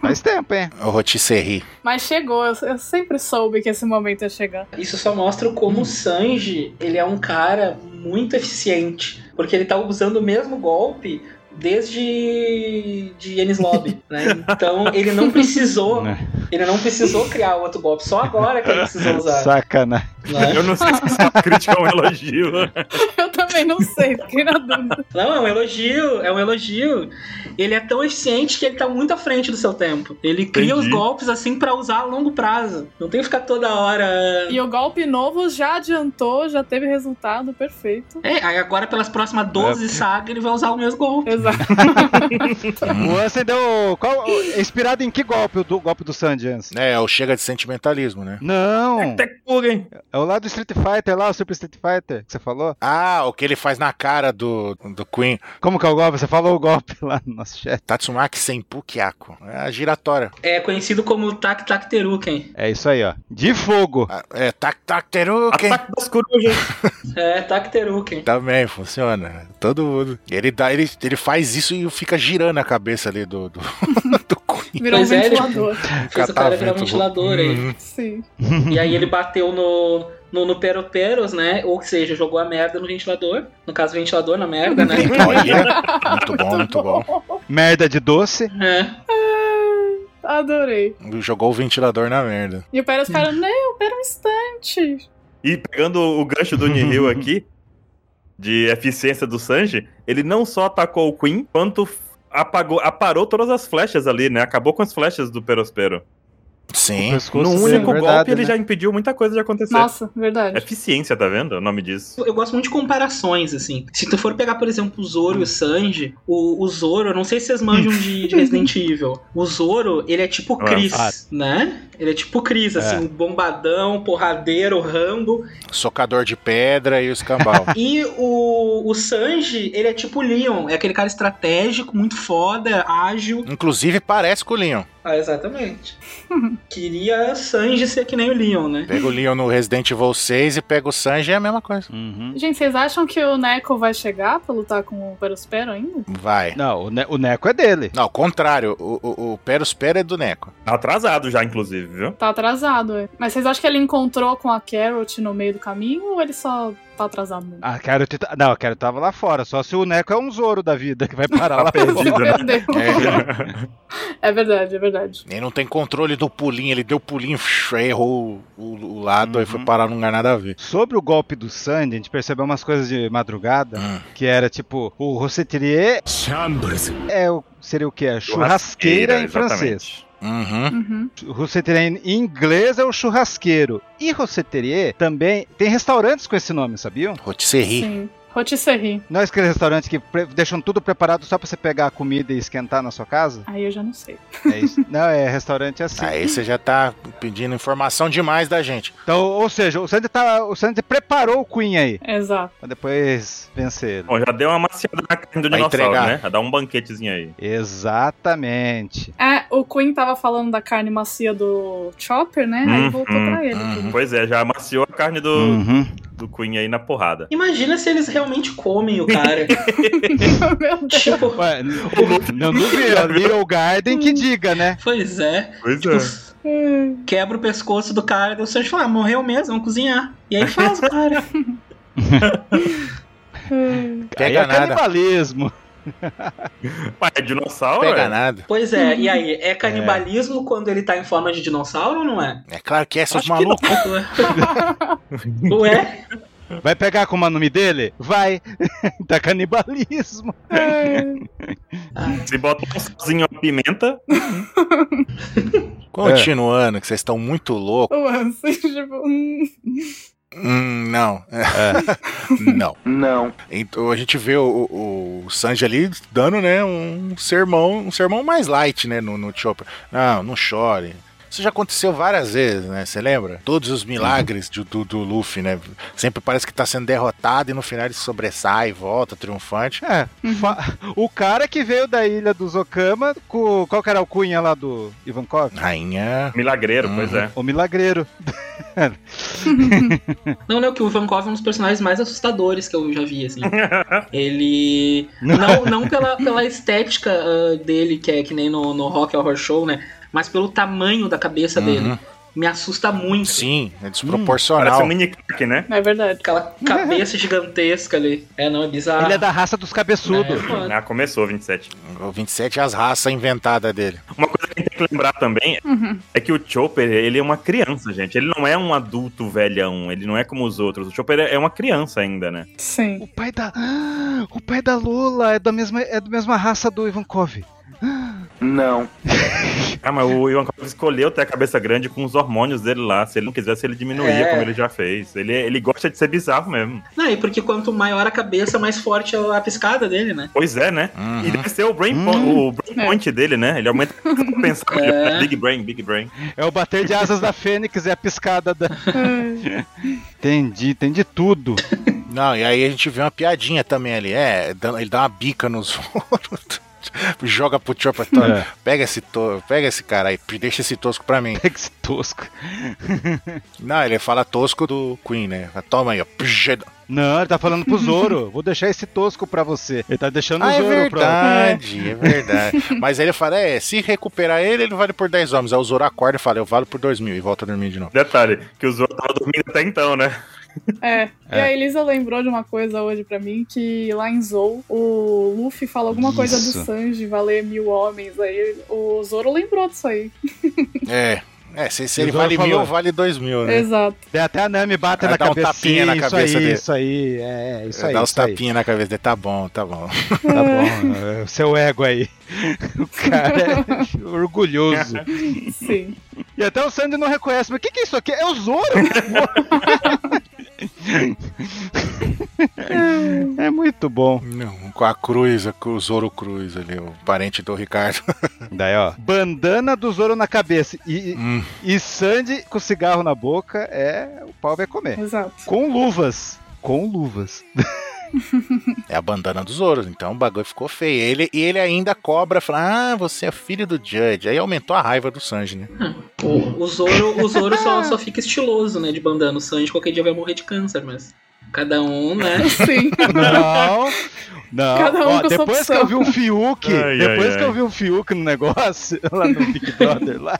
[SPEAKER 4] faz tempo, hein?
[SPEAKER 1] O Rotisserie.
[SPEAKER 3] Mas chegou, eu, eu sempre soube que esse momento ia chegar.
[SPEAKER 5] Isso só mostra como o Sanji, ele é um cara muito eficiente, porque ele tá usando o mesmo golpe desde de Enes Lobby, né? Então ele não precisou,
[SPEAKER 4] Né?
[SPEAKER 5] ele não precisou criar outro golpe, só agora que ele precisou usar.
[SPEAKER 4] Sacanagem.
[SPEAKER 5] né?
[SPEAKER 2] Eu não sei se isso é uma crítica ou um elogio.
[SPEAKER 3] Eu também não sei, fiquei na dúvida.
[SPEAKER 5] Não, é um elogio, é um elogio. Ele é tão eficiente que ele tá muito à frente do seu tempo. Ele cria
[SPEAKER 2] Entendi.
[SPEAKER 5] os golpes assim pra usar a longo prazo. Não tem que ficar toda hora
[SPEAKER 3] E o golpe novo já adiantou, já teve resultado perfeito.
[SPEAKER 5] É, aí agora pelas próximas 12 sagas ele vai usar o mesmo golpe.
[SPEAKER 1] Hum.
[SPEAKER 3] Exato.
[SPEAKER 4] O
[SPEAKER 1] Uhum.
[SPEAKER 4] Ansem deu. Qual... é Inspirado em que golpe? O do... golpe do Sandy Ansem?
[SPEAKER 1] É, o chega de sentimentalismo, né?
[SPEAKER 4] Não!
[SPEAKER 2] Kurgan.
[SPEAKER 4] É o lá do Street Fighter, lá, o Super Street Fighter, que você falou?
[SPEAKER 1] Ah, o que ele faz na cara do, do Queen.
[SPEAKER 4] Como que é o golpe? Você falou o golpe lá no nosso chat.
[SPEAKER 1] Tatsumaki Senpu Kyaku. É a giratória.
[SPEAKER 5] É conhecido como Tac Tac Teruken.
[SPEAKER 4] É isso aí, ó. De fogo.
[SPEAKER 1] Ah, É, tac tac teruken.
[SPEAKER 2] Ataque das corujas.
[SPEAKER 5] É, Tac Teruken.
[SPEAKER 1] Também funciona. Todo mundo. Ele, dá, ele, ele faz isso e fica girando a cabeça ali do, do, do Queen.
[SPEAKER 3] Virou um
[SPEAKER 5] Pois é, ele-
[SPEAKER 3] ventilador.
[SPEAKER 5] Fez o cara virar
[SPEAKER 1] Catavento.
[SPEAKER 5] ventilador aí.
[SPEAKER 1] Uhum.
[SPEAKER 3] Sim.
[SPEAKER 5] E aí ele bateu no, no, no Pero Peros, né? Ou seja, jogou a merda no ventilador. No caso, ventilador na merda, né?
[SPEAKER 1] Olha, muito bom, muito bom.
[SPEAKER 4] Merda de doce.
[SPEAKER 5] É.
[SPEAKER 3] É, Adorei.
[SPEAKER 1] Jogou o ventilador na merda.
[SPEAKER 3] E o Pérez cara, não, pera um instante.
[SPEAKER 2] E pegando o gancho do Nihil aqui, de eficiência do Sanji, ele não só atacou o Queen, quanto apagou, aparou todas as flechas ali, né? Acabou com as flechas do Perospero.
[SPEAKER 4] No
[SPEAKER 1] Sim.
[SPEAKER 4] pescoço,
[SPEAKER 2] Num
[SPEAKER 4] sim,
[SPEAKER 2] É, único
[SPEAKER 4] verdade,
[SPEAKER 2] golpe, ele
[SPEAKER 4] né?
[SPEAKER 2] já impediu muita coisa de acontecer.
[SPEAKER 3] Nossa,
[SPEAKER 1] É
[SPEAKER 3] verdade.
[SPEAKER 2] Eficiência, tá vendo? O nome disso.
[SPEAKER 5] Eu gosto muito de comparações, assim. Se tu for pegar, por exemplo, o Zoro e o Sanji, o, o Zoro, eu não sei se vocês manjam de, de Resident Evil. O Zoro, ele é tipo
[SPEAKER 2] Ah,
[SPEAKER 5] Chris,
[SPEAKER 4] ah.
[SPEAKER 5] né? Ele é tipo Chris,
[SPEAKER 4] É.
[SPEAKER 5] assim, bombadão, porradeiro, rambo.
[SPEAKER 1] Socador de pedra e o escambau.
[SPEAKER 5] E o, o Sanji, ele é tipo o Leon, é aquele cara estratégico, muito foda, ágil.
[SPEAKER 1] Inclusive parece com o Leon.
[SPEAKER 5] Ah, exatamente. Queria Sanji ser que nem o Leon, né?
[SPEAKER 1] Pega o Leon no Resident Evil 6 e pega o Sanji, é a mesma coisa.
[SPEAKER 4] Uhum.
[SPEAKER 3] Gente, vocês acham que o Neko vai chegar pra lutar com o Perospero ainda?
[SPEAKER 1] Vai.
[SPEAKER 4] Não, o, ne o Neco é dele.
[SPEAKER 1] Não, ao contrário, o, o, o Peros Pera é do Neco.
[SPEAKER 2] Atrasado já, inclusive, viu?
[SPEAKER 3] Tá atrasado, é. Mas vocês acham que ele encontrou com a Carrot no meio do caminho ou ele só tá atrasado mesmo?
[SPEAKER 4] Ah, quero te... Não, eu quero tava lá fora. Só se o Neco é um Zoro da vida que vai parar lá
[SPEAKER 2] perdido.
[SPEAKER 4] fora.
[SPEAKER 2] né?
[SPEAKER 3] Perdeu. É verdade, é verdade.
[SPEAKER 1] Ele não tem controle do pulinho, ele deu pulinho, aí errou o, o lado, aí foi
[SPEAKER 4] Uhum.
[SPEAKER 1] parar num lugar nada a ver.
[SPEAKER 4] Sobre o golpe do Sandy, a gente percebeu umas coisas de madrugada,
[SPEAKER 1] Hum.
[SPEAKER 2] Ah.
[SPEAKER 4] que era tipo, o Rossettier é o, seria o que? É churrasqueira em francês.
[SPEAKER 2] exatamente.
[SPEAKER 1] Uhum.
[SPEAKER 3] Uhum.
[SPEAKER 4] Rossetterie em inglês é o churrasqueiro. E Rossetterie também tem restaurantes com esse nome, sabiam?
[SPEAKER 1] Rotisserie.
[SPEAKER 3] Sim. Rotisserie.
[SPEAKER 4] Não é aquele restaurante que pre- deixam tudo preparado só pra você pegar a comida e esquentar na sua casa?
[SPEAKER 3] Aí eu já não sei.
[SPEAKER 4] É isso. Não, é restaurante assim.
[SPEAKER 1] Aí você já tá pedindo informação demais da gente.
[SPEAKER 4] Então, ou seja, o Sandy, tá, o Sandy preparou o Queen aí,
[SPEAKER 3] Exato.
[SPEAKER 4] pra depois vencer ele.
[SPEAKER 2] Bom, já deu uma maciada na carne do
[SPEAKER 1] Vai
[SPEAKER 2] dinossauro,
[SPEAKER 1] entregar.
[SPEAKER 2] né? Vai dar um banquetezinho aí.
[SPEAKER 4] Exatamente.
[SPEAKER 3] É, o Queen tava falando da carne macia do Chopper, né? Aí
[SPEAKER 2] Hum,
[SPEAKER 3] voltou
[SPEAKER 2] hum,
[SPEAKER 3] pra ele.
[SPEAKER 1] hum.
[SPEAKER 2] Pois é, já amaciou a carne do,
[SPEAKER 4] Uhum.
[SPEAKER 2] do Queen aí na porrada.
[SPEAKER 5] Imagina se eles realmente comem o cara.
[SPEAKER 3] Meu Deus.
[SPEAKER 5] tipo,
[SPEAKER 4] Ué, não duvido. Ali o Garden que diga, né?
[SPEAKER 5] pois é.
[SPEAKER 2] Pois
[SPEAKER 5] Tipo,
[SPEAKER 2] é.
[SPEAKER 3] Hum.
[SPEAKER 5] quebra o pescoço do cara, daí o Sanji fala, ah, morreu mesmo, vamos cozinhar. E aí faz o cara.
[SPEAKER 3] Hum.
[SPEAKER 4] Aí
[SPEAKER 1] Pega
[SPEAKER 4] é
[SPEAKER 1] nada.
[SPEAKER 4] canibalismo.
[SPEAKER 2] Ué, é dinossauro?
[SPEAKER 1] Pega
[SPEAKER 2] é?
[SPEAKER 1] nada.
[SPEAKER 5] Pois é, e aí, é canibalismo quando ele tá em forma de dinossauro ou não é?
[SPEAKER 1] É claro que é, seus
[SPEAKER 2] Acho que
[SPEAKER 1] malucos.
[SPEAKER 5] Ué?
[SPEAKER 4] Vai pegar com o nome dele? Vai. Dá canibalismo.
[SPEAKER 3] É.
[SPEAKER 2] Se bota um salzinho a pimenta, É.
[SPEAKER 1] Continuando, que vocês estão muito loucos.
[SPEAKER 3] O Ansem, tipo. hum.
[SPEAKER 1] Hum, não.
[SPEAKER 2] É.
[SPEAKER 1] não.
[SPEAKER 6] Não.
[SPEAKER 1] Então a gente vê o, o, o Sanji ali dando, né, um sermão, um sermão mais light, né, no, no Chopper. Não, não chore. Isso já aconteceu várias vezes, né? Você lembra? Todos os milagres do, do, do Luffy, né? Sempre parece que tá sendo derrotado e no final ele sobressai, volta triunfante.
[SPEAKER 4] É, fa- o cara que veio da ilha do Zokama, com, qual que era o cunha lá do Ivankov?
[SPEAKER 1] Rainha.
[SPEAKER 2] milagreiro, pois é.
[SPEAKER 4] O milagreiro.
[SPEAKER 5] Não, não, que o Vankov é um dos personagens mais assustadores que eu já vi, assim. Ele. Não, não pela, pela estética ah, dele, que é que nem no, no Rock Horror Show, né? Mas pelo tamanho da cabeça dele.
[SPEAKER 1] Uhum.
[SPEAKER 5] Me assusta muito.
[SPEAKER 1] Sim, é
[SPEAKER 2] Parece
[SPEAKER 1] desproporcional.
[SPEAKER 2] um mini crack, né?
[SPEAKER 3] É verdade.
[SPEAKER 5] Aquela cabeça gigantesca ali. É, não, é
[SPEAKER 1] Ah.
[SPEAKER 5] bizarro.
[SPEAKER 4] Ele é da raça dos cabeçudos.
[SPEAKER 5] É, mano.
[SPEAKER 2] Ah, começou 27.
[SPEAKER 1] O 27 é as raças inventadas dele.
[SPEAKER 2] Uma coisa que a gente tem que lembrar também
[SPEAKER 3] Uhum.
[SPEAKER 2] é que o Chopper, ele é uma criança, gente. Ele não é um adulto velhão, ele não é como os outros. O Chopper é uma criança ainda, né?
[SPEAKER 3] Sim.
[SPEAKER 4] O pai da. Ah, O pai da Lula é da mesma, é da mesma raça do Ivankov.
[SPEAKER 6] Não.
[SPEAKER 2] Ah, mas o Ivan Cobb escolheu ter a cabeça grande com os hormônios dele lá. Se ele não quisesse, ele diminuía,
[SPEAKER 5] É.
[SPEAKER 2] como ele já fez. Ele, ele gosta de ser bizarro mesmo.
[SPEAKER 5] Não, e porque quanto maior a cabeça, mais forte é a piscada dele, né?
[SPEAKER 2] Pois é, né?
[SPEAKER 1] Uhum.
[SPEAKER 2] E deve ser o brain, po- o brain
[SPEAKER 3] É.
[SPEAKER 2] point dele, né? Ele aumenta pra pensar melhor.
[SPEAKER 5] É.
[SPEAKER 2] Big brain, big brain.
[SPEAKER 4] É o bater de asas da Fênix, é a piscada da.
[SPEAKER 3] É.
[SPEAKER 4] Entendi, entendi tudo.
[SPEAKER 1] Não, e aí a gente vê uma piadinha também ali. É, dá- ele dá uma bica nos outros. Joga pro Chopper. "Tô-
[SPEAKER 4] É.
[SPEAKER 1] Pega, esse to pega esse cara aí, deixa esse tosco pra mim.
[SPEAKER 4] É que esse tosco.
[SPEAKER 1] Não, ele fala tosco do Queen, né? Fala, Toma aí, ó.
[SPEAKER 4] Não, ele tá falando pro Zoro. Vou deixar esse tosco pra você. Ele tá deixando
[SPEAKER 1] Ah,
[SPEAKER 4] o
[SPEAKER 1] é
[SPEAKER 4] Zoro pra.
[SPEAKER 1] verdade, é verdade. Mas aí ele fala, é, se recuperar ele, ele vale por 10 homens. Aí o Zoro acorda e fala, eu valo por 2 mil e volta a dormir de novo.
[SPEAKER 2] Detalhe, que o Zoro tava dormindo até então, né?
[SPEAKER 3] É. E a Elisa lembrou de uma coisa hoje pra mim, que lá em Zou, o Luffy fala alguma coisa
[SPEAKER 4] Isso.
[SPEAKER 3] do Sanji valer mil homens. Aí o Zoro lembrou disso aí.
[SPEAKER 1] É, é se, se
[SPEAKER 4] E o
[SPEAKER 1] ele
[SPEAKER 4] Zoro
[SPEAKER 1] vale mil,
[SPEAKER 4] falou.
[SPEAKER 1] vale 2 mil, né?
[SPEAKER 3] Exato.
[SPEAKER 4] Daí É. Até a Nami bate
[SPEAKER 1] Ela
[SPEAKER 4] na
[SPEAKER 1] dá um
[SPEAKER 4] cabeça.
[SPEAKER 1] tapinha na cabeça
[SPEAKER 4] isso aí,
[SPEAKER 1] dele.
[SPEAKER 4] Isso aí, é, isso aí.
[SPEAKER 1] Dá uns
[SPEAKER 4] isso aí.
[SPEAKER 1] tapinhas na cabeça dele, tá bom, tá bom.
[SPEAKER 4] Tá bom, é, o seu ego aí. O cara é orgulhoso.
[SPEAKER 3] Sim.
[SPEAKER 4] E até o Sandy não reconhece, mas o que, que é isso aqui? É o Zoro! é muito bom.
[SPEAKER 1] Não, com a cruz, a cruz, o Zoro Cruz ali, o parente do Ricardo.
[SPEAKER 4] Daí, ó. Bandana do Zoro na cabeça. E,
[SPEAKER 1] Hum.
[SPEAKER 4] e Sandy com cigarro na boca, é. O pau vai comer.
[SPEAKER 3] Exato.
[SPEAKER 4] Com luvas. Com luvas.
[SPEAKER 1] É a bandana dos ouros, então o bagulho ficou feio. Ele, e ele ainda cobra, fala, ah, você é filho do Judge. Aí aumentou a raiva do Sanji, né?
[SPEAKER 5] O, o Zoro, o Zoro só, só fica estiloso, né? De bandana. O Sanji qualquer dia vai morrer de câncer, mas. Cada um, né?
[SPEAKER 3] Sim.
[SPEAKER 4] Não. Não.
[SPEAKER 3] Cada um
[SPEAKER 4] Ó,
[SPEAKER 3] com a sua
[SPEAKER 4] depois que
[SPEAKER 3] opção.
[SPEAKER 4] eu vi o Fiuk,
[SPEAKER 2] Ai, ai,
[SPEAKER 4] depois que
[SPEAKER 2] ai.
[SPEAKER 4] eu vi o Fiuk no negócio, lá no Big Brother, lá,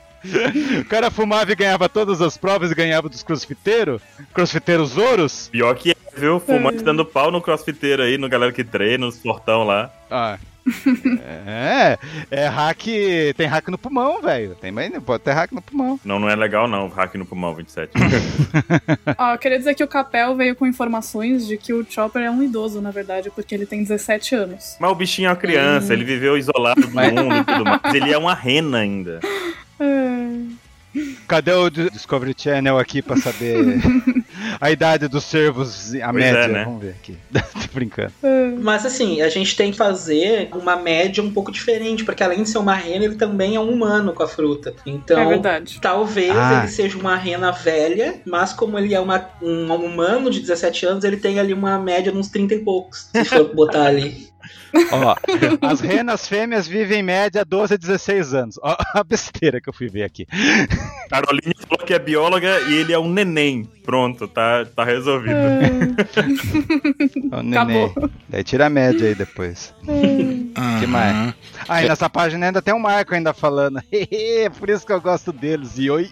[SPEAKER 4] o cara fumava e ganhava todas as provas e ganhava dos crossfiteiros, crossfiteiros ouros.
[SPEAKER 2] Pior que é, viu? Fumante
[SPEAKER 3] É.
[SPEAKER 2] dando pau no crossfiteiro aí, no galera que treina, nos portão lá.
[SPEAKER 4] Ah. É, é hack, tem hack no pulmão, velho. Tem mas não pode ter hack no pulmão.
[SPEAKER 2] Não, não é legal não, hack no pulmão 27.
[SPEAKER 3] Ó, eu queria dizer que o Capel veio com informações de que o Chopper é um idoso, na verdade, porque ele tem 17 anos.
[SPEAKER 2] Mas o bichinho é uma criança, ele viveu isolado do
[SPEAKER 4] Mas-
[SPEAKER 2] mundo e tudo mais. Ele é uma rena ainda.
[SPEAKER 3] É.
[SPEAKER 4] Cadê o Dis- Discovery Channel aqui pra saber a idade dos servos, a
[SPEAKER 2] Pois é,
[SPEAKER 4] média.
[SPEAKER 2] né?
[SPEAKER 4] Vamos ver aqui. Tô brincando.
[SPEAKER 5] Mas assim, a gente tem que fazer uma média um pouco diferente, porque além de ser uma rena, ele também é um humano com a fruta.
[SPEAKER 3] É
[SPEAKER 5] Então,
[SPEAKER 3] verdade.
[SPEAKER 5] talvez
[SPEAKER 4] Ah.
[SPEAKER 5] ele seja uma rena velha, mas como ele é uma- um humano de 17 anos, ele tem ali uma média de uns 30 e poucos, se for botar ali.
[SPEAKER 4] Ó, as renas fêmeas vivem em média 12 a 16 anos. Ó, a besteira que eu fui ver aqui.
[SPEAKER 2] Caroline falou que é bióloga e ele é um neném. Pronto, tá, tá resolvido.
[SPEAKER 4] Ó, neném. Daí tira a média aí depois.
[SPEAKER 1] Uhum.
[SPEAKER 4] mais? Ah, e nessa página ainda tem um Marco ainda falando. É por isso que eu gosto deles. E oi.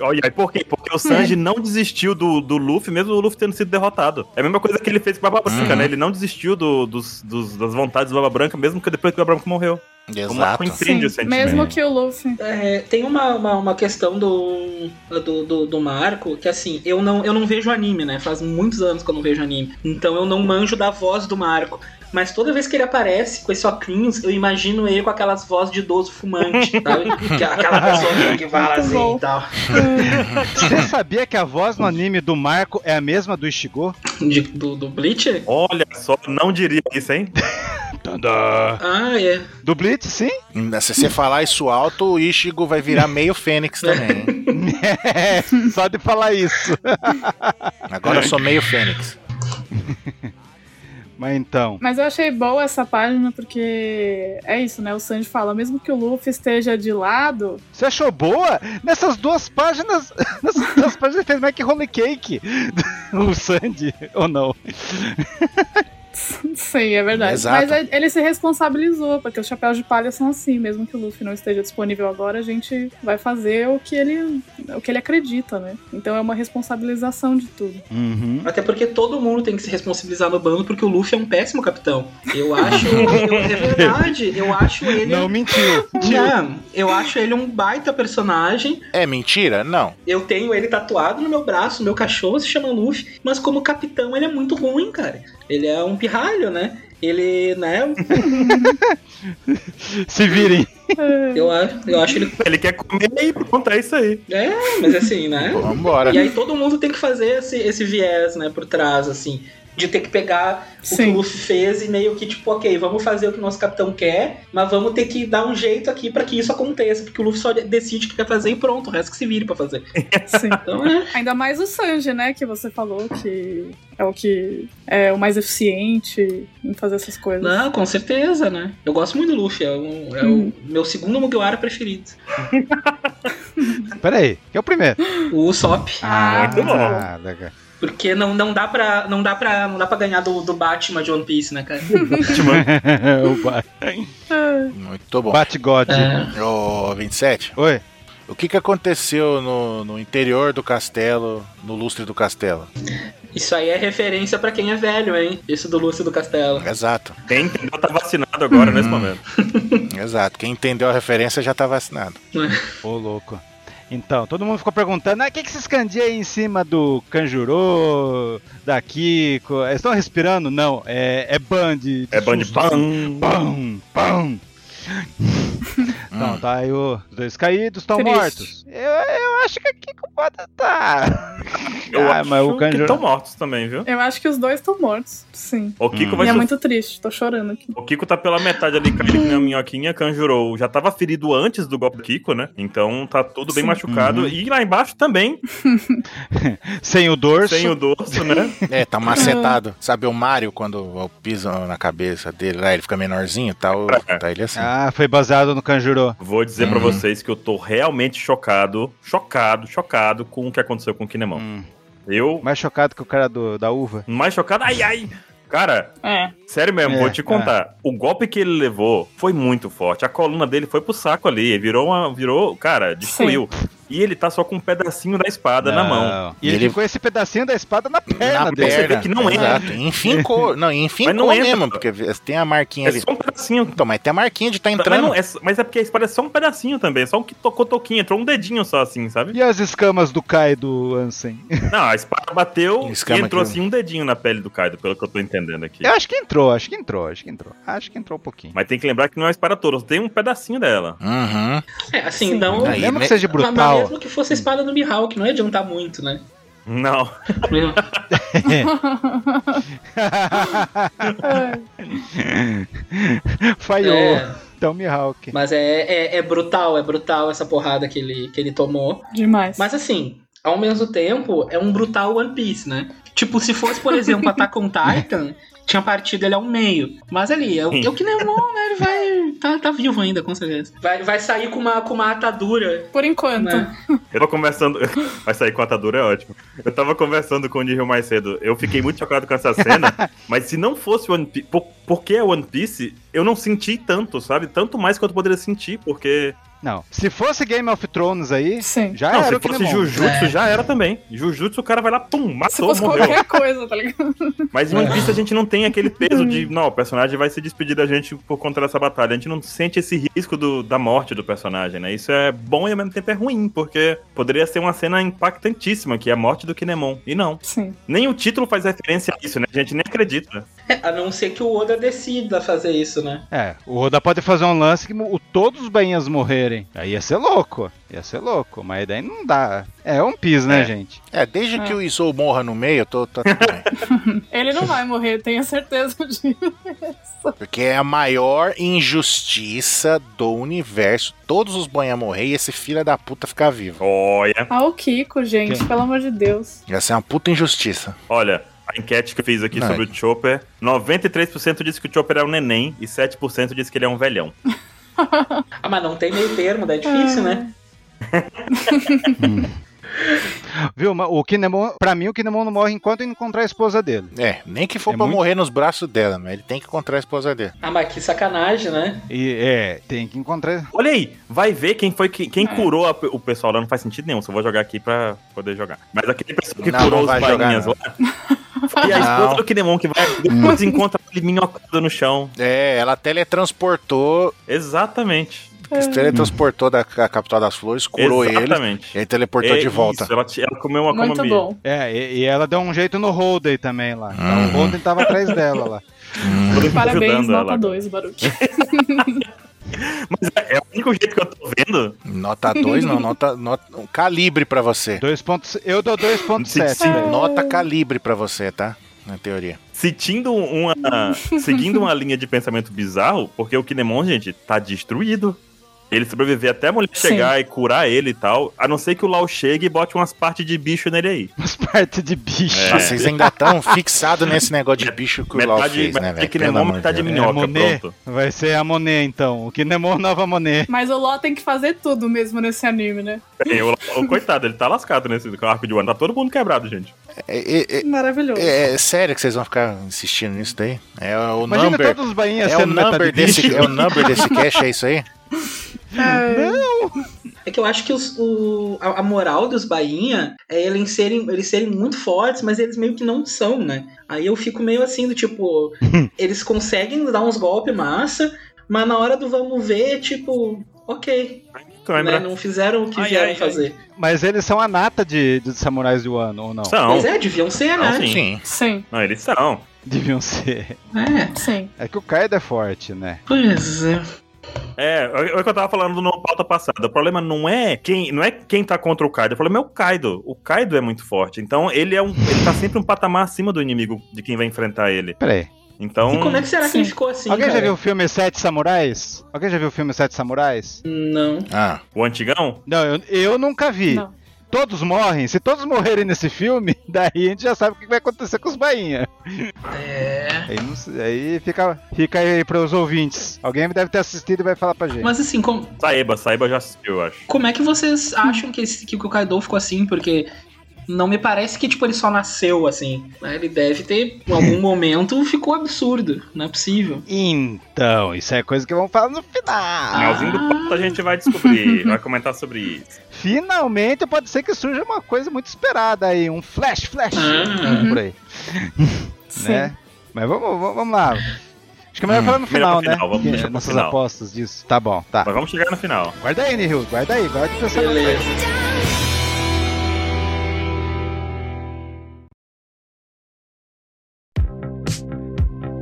[SPEAKER 2] Olha, e por quê? Porque o Sanji não desistiu do, do Luffy, mesmo o Luffy tendo sido derrotado. É a mesma coisa que ele fez com a Barba Branca,
[SPEAKER 1] Uhum.
[SPEAKER 2] né? Ele não desistiu do- dos, dos- das vontades do Barba Branca, mesmo que depois que o Barba Branca morreu. Como
[SPEAKER 1] Exato.
[SPEAKER 2] ela compreende o
[SPEAKER 3] Sim,
[SPEAKER 2] sentimento.
[SPEAKER 3] mesmo que o Luffy.
[SPEAKER 5] É, tem uma, uma, uma questão do, do, do, do Marco, que assim, eu não, eu não vejo anime, né? Faz muitos anos que eu não vejo anime. Então eu não manjo da voz do Marco. Mas toda vez que ele aparece com esses óculos, eu imagino ele com aquelas vozes de idoso fumante, sabe? Que- é Aquela pessoa que- que fala
[SPEAKER 3] Muito
[SPEAKER 5] assim
[SPEAKER 3] bom.
[SPEAKER 5] e tal.
[SPEAKER 4] Você sabia que a voz no anime do Marco é a mesma do Ishigo?
[SPEAKER 5] De- do, do Bleacher?
[SPEAKER 2] Olha só, não diria isso, hein?
[SPEAKER 5] Ah, é.
[SPEAKER 4] Do Blitz, sim?
[SPEAKER 1] Se você falar isso alto, o Ishigo vai virar meio Fênix também. hein?
[SPEAKER 4] É, só de falar isso.
[SPEAKER 1] Agora eu sou meio Fênix.
[SPEAKER 4] Mas então.
[SPEAKER 3] Mas eu achei boa essa página porque é isso, né? O Sanji fala, mesmo que o Luffy esteja de lado,
[SPEAKER 4] Você achou boa? Nessas duas páginas. Nessas duas páginas ele fez mais que Holy Cake. O Sandy, ou não?
[SPEAKER 3] Sim, é verdade.
[SPEAKER 1] Exato.
[SPEAKER 3] Mas ele se responsabilizou, porque os chapéus de palha são assim, mesmo que o Luffy não esteja disponível agora, a gente vai fazer o que ele, o que ele acredita, né? Então é uma responsabilização de tudo.
[SPEAKER 4] Uhum.
[SPEAKER 5] Até porque todo mundo tem que se responsabilizar no bando, porque o Luffy é um péssimo capitão. Eu acho. eu- é verdade. Eu acho ele. é- um
[SPEAKER 4] Não mentiu. Mentiu.
[SPEAKER 5] Não, eu acho ele um baita personagem.
[SPEAKER 1] É mentira? Não.
[SPEAKER 5] Eu tenho ele tatuado no meu braço, meu cachorro se chama Luffy, mas como capitão ele é muito ruim, cara. Ele é um pirralho, né? Ele, né?
[SPEAKER 4] Se virem.
[SPEAKER 5] Eu, a- eu acho ele.
[SPEAKER 2] Ele quer comer e pronto, é isso aí.
[SPEAKER 5] É, mas assim, né?
[SPEAKER 1] Pô, vambora.
[SPEAKER 5] E aí todo mundo tem que fazer esse, esse viés, né, por trás, assim. De ter que pegar o que o Luffy fez e meio que, tipo, ok, vamos fazer o que o nosso capitão quer, mas vamos ter que dar um jeito aqui pra que isso aconteça. Porque o Luffy só decide o que quer fazer e pronto, o resto que se vire pra fazer.
[SPEAKER 3] Sim.
[SPEAKER 5] Então é.
[SPEAKER 3] Ainda mais o Sanji, né? Que você falou que é o que é o mais eficiente em fazer essas coisas.
[SPEAKER 5] Não, com certeza, né? Eu gosto muito do Luffy, é, um- é
[SPEAKER 3] Hum.
[SPEAKER 5] o meu segundo Mugiwara preferido.
[SPEAKER 4] Peraí, que é o primeiro.
[SPEAKER 5] O Usopp.
[SPEAKER 3] Ah,
[SPEAKER 2] muito bom.
[SPEAKER 4] Ah, legal.
[SPEAKER 5] Porque não, não dá pra. Não dá pra. Não dá pra ganhar do, do Batman de One Piece, né, cara?
[SPEAKER 4] o ba
[SPEAKER 1] Muito bom.
[SPEAKER 4] Bate God.
[SPEAKER 5] É.
[SPEAKER 1] Ô, 27,
[SPEAKER 4] Oi.
[SPEAKER 1] o que, que aconteceu no, no interior do castelo, no lustre do castelo?
[SPEAKER 5] Isso aí é referência pra quem é velho, hein? Isso do Lúcio do Castelo.
[SPEAKER 1] Exato,
[SPEAKER 2] Quem entendeu tá vacinado agora, nesse
[SPEAKER 4] Uhum.
[SPEAKER 2] momento.
[SPEAKER 1] exato. Quem entendeu a referência já tá vacinado.
[SPEAKER 4] Ô, louco. Então, todo mundo ficou perguntando, ah, o que, que esses candi aí em cima do Kanjuro, da Kiko, eles estão respirando? Não, é, é Band. de
[SPEAKER 2] É band
[SPEAKER 4] susto, assim.
[SPEAKER 2] bam.
[SPEAKER 4] Pão, pão. Então, tá aí o- os dois caídos estão
[SPEAKER 3] Triste.
[SPEAKER 4] mortos. Eu, eu acho que a Kiko pode estar.
[SPEAKER 2] Eu
[SPEAKER 4] Ah,
[SPEAKER 2] acho
[SPEAKER 4] mas o
[SPEAKER 2] que
[SPEAKER 4] Kanjuro-
[SPEAKER 2] estão mortos também, viu?
[SPEAKER 3] Eu acho que os dois estão mortos. Sim.
[SPEAKER 2] O Kiko
[SPEAKER 4] Uhum.
[SPEAKER 1] Hum.
[SPEAKER 2] vai
[SPEAKER 3] E é
[SPEAKER 2] sofrer
[SPEAKER 3] muito triste, tô chorando aqui.
[SPEAKER 2] O Kiko tá pela metade ali, caindo que nem a minhoquinha, Kanjuro já tava ferido antes do golpe do Kiko, né? Então tá tudo bem
[SPEAKER 3] Sim.
[SPEAKER 2] machucado.
[SPEAKER 4] Uhum.
[SPEAKER 2] E lá embaixo também
[SPEAKER 4] Sem o dorso.
[SPEAKER 2] tem o dorso, né?
[SPEAKER 1] É, tá macetado. Sabe o Mario, quando pisam na cabeça dele, lá ele fica menorzinho, tá, o, tá ele assim.
[SPEAKER 4] Ah, foi baseado no Kanjuro.
[SPEAKER 2] Vou dizer
[SPEAKER 4] Uhum.
[SPEAKER 2] pra vocês que eu tô realmente chocado, chocado, chocado com o que aconteceu com o Kinemon.
[SPEAKER 4] Hum,
[SPEAKER 2] Eu,
[SPEAKER 4] mais chocado que o cara do- da uva.
[SPEAKER 2] mais chocado, ai, ai! Cara,
[SPEAKER 3] É.
[SPEAKER 2] sério mesmo,
[SPEAKER 4] É,
[SPEAKER 2] vou te contar. O golpe que ele levou foi muito forte. A coluna dele foi pro saco ali, virou uma. Virou, cara, destruiu. E ele tá só com um pedacinho da espada na mão.
[SPEAKER 4] Não. E ele,
[SPEAKER 1] Ele-
[SPEAKER 4] ficou esse pedacinho da espada na perna
[SPEAKER 1] Na
[SPEAKER 4] dele.
[SPEAKER 2] É, Você
[SPEAKER 1] perna.
[SPEAKER 2] vê que não entra.
[SPEAKER 1] Exato. Enfincou. Não, enfincou
[SPEAKER 2] Mas não entra.
[SPEAKER 1] mesmo, porque tem a marquinha
[SPEAKER 2] É
[SPEAKER 1] ali.
[SPEAKER 2] só um pedacinho,
[SPEAKER 1] Então, mas tem a marquinha de tá
[SPEAKER 2] Mas,
[SPEAKER 1] entrando.
[SPEAKER 2] não, é, mas é porque a espada é só um pedacinho também, só um que tocou toquinho, entrou um dedinho só assim, sabe?
[SPEAKER 4] E as escamas do Kai e do Ansem?
[SPEAKER 2] Não, a espada bateu
[SPEAKER 1] Um
[SPEAKER 2] e
[SPEAKER 1] escama
[SPEAKER 2] entrou
[SPEAKER 1] aqui,
[SPEAKER 2] assim um dedinho na pele do Kaido, pelo que eu tô entendendo aqui.
[SPEAKER 4] é Eu acho que entrou, acho que entrou, acho que entrou. Acho que entrou um pouquinho.
[SPEAKER 2] Mas tem que lembrar que não é uma espada toda, só tem um pedacinho dela.
[SPEAKER 1] Uhum.
[SPEAKER 5] É, assim,
[SPEAKER 3] Sim.
[SPEAKER 5] não.
[SPEAKER 1] Aí, né?
[SPEAKER 4] Lembra que seja
[SPEAKER 5] Mas
[SPEAKER 4] é brutal.
[SPEAKER 5] mesmo que fosse a espada do Mihawk, não ia adiantar muito, né?
[SPEAKER 2] Não.
[SPEAKER 5] Meu,
[SPEAKER 4] Falhou.
[SPEAKER 5] é,
[SPEAKER 4] Então, Mihawk.
[SPEAKER 5] mas é, é, é brutal, é brutal essa porrada que ele, que ele tomou.
[SPEAKER 3] Demais.
[SPEAKER 5] Mas assim, ao mesmo tempo, é um brutal One Piece, né? Tipo, se fosse, por exemplo, Attack on Titan, tinha partido ele ao meio. Mas ali, é o, é o Kinemon, né? Ele vai. Tá, tá vivo ainda, com certeza. Vai, vai sair com uma, com uma atadura.
[SPEAKER 3] Por enquanto.
[SPEAKER 5] Né?
[SPEAKER 2] Eu tava conversando. Vai sair com a atadura, é ótimo. Eu tava conversando com o Nihil mais cedo. Eu fiquei muito chocado com essa cena, mas se não fosse One Piece. Por, porque é One Piece, eu não senti tanto, sabe? Tanto mais quanto eu poderia sentir, porque.
[SPEAKER 4] Não. Se fosse Game of Thrones aí,
[SPEAKER 3] Sim.
[SPEAKER 4] já
[SPEAKER 2] não,
[SPEAKER 4] Ah, era
[SPEAKER 2] se
[SPEAKER 4] o
[SPEAKER 2] fosse
[SPEAKER 4] Kinemon.
[SPEAKER 5] É.
[SPEAKER 4] É.
[SPEAKER 2] Jujutsu, já era também. Jujutsu, o cara vai lá, pum,
[SPEAKER 3] Se
[SPEAKER 2] matou,
[SPEAKER 3] fosse
[SPEAKER 2] morreu.
[SPEAKER 3] qualquer coisa, tá ligado?
[SPEAKER 2] Mas em One Piece a gente não tem aquele peso de, não, o personagem vai se despedir da gente por conta dessa batalha. A gente não sente esse risco do- da morte do personagem, né? Isso é bom e ao mesmo tempo é ruim, porque poderia ser uma cena impactantíssima, que é a morte do Kinemon. E não.
[SPEAKER 3] Sim.
[SPEAKER 2] Nem o título faz referência a isso, né? A gente nem acredita.
[SPEAKER 5] É, A não ser que o Oda decida fazer isso, né?
[SPEAKER 4] É, o Oda pode fazer um lance que mo- o- todos os bainhas morrerem. Aí ia ser louco. Ia ser louco, mas daí não dá. É One Piece, né,
[SPEAKER 2] É.
[SPEAKER 4] gente?
[SPEAKER 1] É, desde que o Izou morra no meio, eu tô, tá tudo bem.
[SPEAKER 3] Ele não vai morrer, tenho certeza disso.
[SPEAKER 1] Porque é a maior injustiça do universo. Todos os banha morrer e esse filho da puta ficar vivo.
[SPEAKER 2] Olha,
[SPEAKER 3] Ah, o Kiko, gente,
[SPEAKER 4] Quem?
[SPEAKER 3] pelo amor de Deus.
[SPEAKER 1] Essa é uma puta injustiça.
[SPEAKER 2] olha, a enquete que eu fiz aqui
[SPEAKER 1] Não,
[SPEAKER 2] sobre
[SPEAKER 1] é
[SPEAKER 2] o Chopper, 93% disse que o Chopper é um neném e 7% disse que ele é um velhão.
[SPEAKER 5] Ah, mas não tem meio termo, daí é difícil, né?
[SPEAKER 4] Viu? mas O Kinemon, pra mim, o Kinemon não morre enquanto ele encontrar a esposa dele.
[SPEAKER 1] É, nem que for
[SPEAKER 4] É
[SPEAKER 1] pra
[SPEAKER 4] muito-
[SPEAKER 1] morrer nos braços dela, mas ele tem que encontrar a esposa dele.
[SPEAKER 5] Ah, mas que sacanagem, né?
[SPEAKER 4] E é, tem que encontrar.
[SPEAKER 2] Olha aí, vai ver quem foi que,
[SPEAKER 3] É.
[SPEAKER 2] quem curou a- o pessoal lá. Não faz sentido nenhum, só vou jogar aqui pra poder jogar. Mas aquele pessoal que
[SPEAKER 1] Não,
[SPEAKER 2] curou
[SPEAKER 1] não
[SPEAKER 2] os
[SPEAKER 1] vai jogar,
[SPEAKER 2] bainhas
[SPEAKER 1] não.
[SPEAKER 2] lá. E a esposa
[SPEAKER 1] Não. Hum.
[SPEAKER 2] do Kinemon que vai depois encontra ele minhocado no chão.
[SPEAKER 1] É, ela teletransportou,
[SPEAKER 2] Exatamente.
[SPEAKER 4] É.
[SPEAKER 1] teletransportou da ca- capital das flores, curou ele
[SPEAKER 2] Exatamente.
[SPEAKER 1] e aí teleportou de
[SPEAKER 2] É
[SPEAKER 1] volta.
[SPEAKER 2] Isso, ela, te- ela comeu uma
[SPEAKER 3] Muito
[SPEAKER 2] comamia.
[SPEAKER 3] bom.
[SPEAKER 4] É, e, e ela deu um jeito no Holden também lá. Então,
[SPEAKER 1] Hum.
[SPEAKER 4] o Holden tava atrás dela lá.
[SPEAKER 2] Todo mundo
[SPEAKER 3] Parabéns,
[SPEAKER 2] ajudando
[SPEAKER 3] nota
[SPEAKER 2] ela.
[SPEAKER 3] 2, Baruch.
[SPEAKER 2] Mas é, é o único jeito que eu tô vendo.
[SPEAKER 1] Nota 2, não, nota, nota um calibre pra você.
[SPEAKER 4] Dois pontos, eu dou
[SPEAKER 2] Sim,
[SPEAKER 4] 2.7.
[SPEAKER 2] sim.
[SPEAKER 4] velho.
[SPEAKER 1] Nota calibre pra você, tá? Na teoria.
[SPEAKER 2] Sentindo uma. seguindo uma linha de pensamento bizarro, porque o Kinemon, gente, tá destruído. Ele sobreviver até a mulher
[SPEAKER 3] Sim.
[SPEAKER 2] chegar e curar ele e tal. A não ser que o Lau chegue e bote umas partes de bicho nele aí.
[SPEAKER 4] Umas partes de bicho.
[SPEAKER 2] É.
[SPEAKER 1] Nossa, vocês ainda estão fixados nesse negócio de bicho que o Lau
[SPEAKER 2] metade
[SPEAKER 1] fez, né,
[SPEAKER 2] metade de
[SPEAKER 1] velho? Pelo
[SPEAKER 2] Kinemon,
[SPEAKER 1] amor de
[SPEAKER 2] metade de
[SPEAKER 1] Deus.
[SPEAKER 4] É,
[SPEAKER 2] minhoca,
[SPEAKER 4] Monet.
[SPEAKER 2] pronto.
[SPEAKER 4] Vai ser a Monet então. O Kinemon, nova Monet.
[SPEAKER 3] Mas o Ló tem que fazer tudo mesmo nesse anime, né?
[SPEAKER 2] É, o, o coitado, ele tá lascado nesse arco de Wano. Tá todo mundo quebrado, gente.
[SPEAKER 1] É, é, é-
[SPEAKER 3] Maravilhoso.
[SPEAKER 1] É, é sério que vocês vão ficar insistindo nisso daí? É o
[SPEAKER 4] Imagina
[SPEAKER 1] number.
[SPEAKER 4] todos os bainhas
[SPEAKER 1] É o
[SPEAKER 4] sendo
[SPEAKER 1] number
[SPEAKER 4] metade
[SPEAKER 1] desse,
[SPEAKER 4] bicho.
[SPEAKER 1] é o number desse cash, é isso aí?
[SPEAKER 5] É que eu acho que os- o, a, a moral dos Bainha é eles serem, eles serem muito fortes, mas eles meio que não são, né? Aí eu fico meio assim, do tipo, eles conseguem dar uns golpes massa, mas na hora do vamos ver, tipo, ok. Né?
[SPEAKER 2] Câmera.
[SPEAKER 5] Não fizeram o que
[SPEAKER 2] Ai,
[SPEAKER 5] vieram
[SPEAKER 2] ai, ai.
[SPEAKER 5] fazer.
[SPEAKER 4] Mas eles são a nata de, de samurais do ano, ou não?
[SPEAKER 2] São.
[SPEAKER 5] Pois é, deviam ser,
[SPEAKER 2] Não,
[SPEAKER 5] né?
[SPEAKER 2] sim.
[SPEAKER 1] Sim.
[SPEAKER 3] Sim,
[SPEAKER 2] Não, eles são.
[SPEAKER 4] Deviam ser.
[SPEAKER 5] É,
[SPEAKER 3] sim.
[SPEAKER 4] É que o Kaido é forte, né?
[SPEAKER 5] pois é.
[SPEAKER 2] É, é o que eu tava falando na pauta passada. O problema não é quem, não é quem tá contra o Kaido, o problema é o Kaido. O Kaido é muito forte. Então ele é um. Ele tá sempre um patamar acima do inimigo de quem vai enfrentar ele.
[SPEAKER 4] Peraí.
[SPEAKER 2] Então.
[SPEAKER 5] E como é que será que ele
[SPEAKER 3] Sim.
[SPEAKER 5] ficou assim?
[SPEAKER 4] Alguém já
[SPEAKER 5] cara?
[SPEAKER 4] viu o filme Sete Samurais? Alguém já viu o filme Sete Samurais?
[SPEAKER 5] Não.
[SPEAKER 1] Ah,
[SPEAKER 2] O antigão?
[SPEAKER 4] Não, eu, eu nunca vi.
[SPEAKER 3] Não.
[SPEAKER 4] Todos morrem. Se todos morrerem nesse filme, daí a gente já sabe o que vai acontecer com os bainhas.
[SPEAKER 5] É.
[SPEAKER 4] Aí, não sei- aí fica, fica aí pros ouvintes. Alguém deve ter assistido e vai falar pra gente.
[SPEAKER 5] Mas assim, como,
[SPEAKER 2] Saiba, Saiba já assistiu, eu acho.
[SPEAKER 5] Como é que vocês acham que, esse, que o Kaido ficou assim? Porque não me parece que tipo ele só nasceu assim. né? Ele deve ter, em algum momento, ficou absurdo. Não é possível.
[SPEAKER 4] Então, isso é coisa que vamos falar no
[SPEAKER 5] Ah.
[SPEAKER 4] final.
[SPEAKER 2] Finalzinho do ponto a gente vai descobrir, vai comentar sobre isso.
[SPEAKER 4] Finalmente pode ser que surja uma coisa muito esperada aí. Um flash, flash.
[SPEAKER 5] Ah.
[SPEAKER 4] Por aí.
[SPEAKER 3] Sim.
[SPEAKER 4] né? Mas vamos, vamos, vamos lá. Acho que é melhor
[SPEAKER 1] Hum.
[SPEAKER 4] falar no
[SPEAKER 2] Melhor
[SPEAKER 4] final,
[SPEAKER 2] no final,
[SPEAKER 4] né?
[SPEAKER 2] vamos
[SPEAKER 4] Que
[SPEAKER 2] deixar pro
[SPEAKER 4] nossas
[SPEAKER 2] final.
[SPEAKER 4] apostas disso. Tá bom, tá.
[SPEAKER 2] Mas vamos chegar no final.
[SPEAKER 4] Guarda aí, Nihil. Guarda aí, guarda o pensamento. aí.
[SPEAKER 5] Beleza.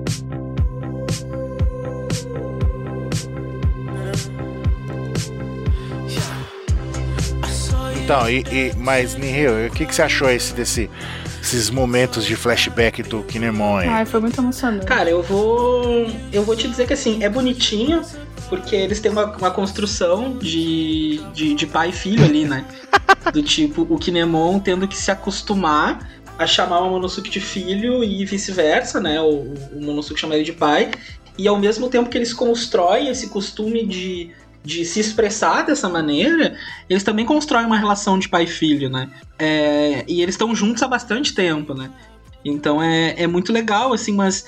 [SPEAKER 7] I saw you
[SPEAKER 1] Então, e, e- mas Nihil, o que, que você achou esse, desse, esses momentos de flashback do Kinemon? aí?
[SPEAKER 3] Ai, foi muito emocionante.
[SPEAKER 5] Cara, eu vou. Eu vou te dizer que assim, é bonitinho, porque eles têm uma, uma construção de, de, de pai e filho ali, né? Do tipo, o Kinemon tendo que se acostumar a chamar o Monosuke de filho e vice-versa, né? O, o Monosuke chama ele de pai. E ao mesmo tempo que eles constroem esse costume de, de se expressar dessa maneira, eles também constroem uma relação de pai e filho, né? É, e eles estão juntos há bastante tempo, né? Então é, é muito legal, assim, mas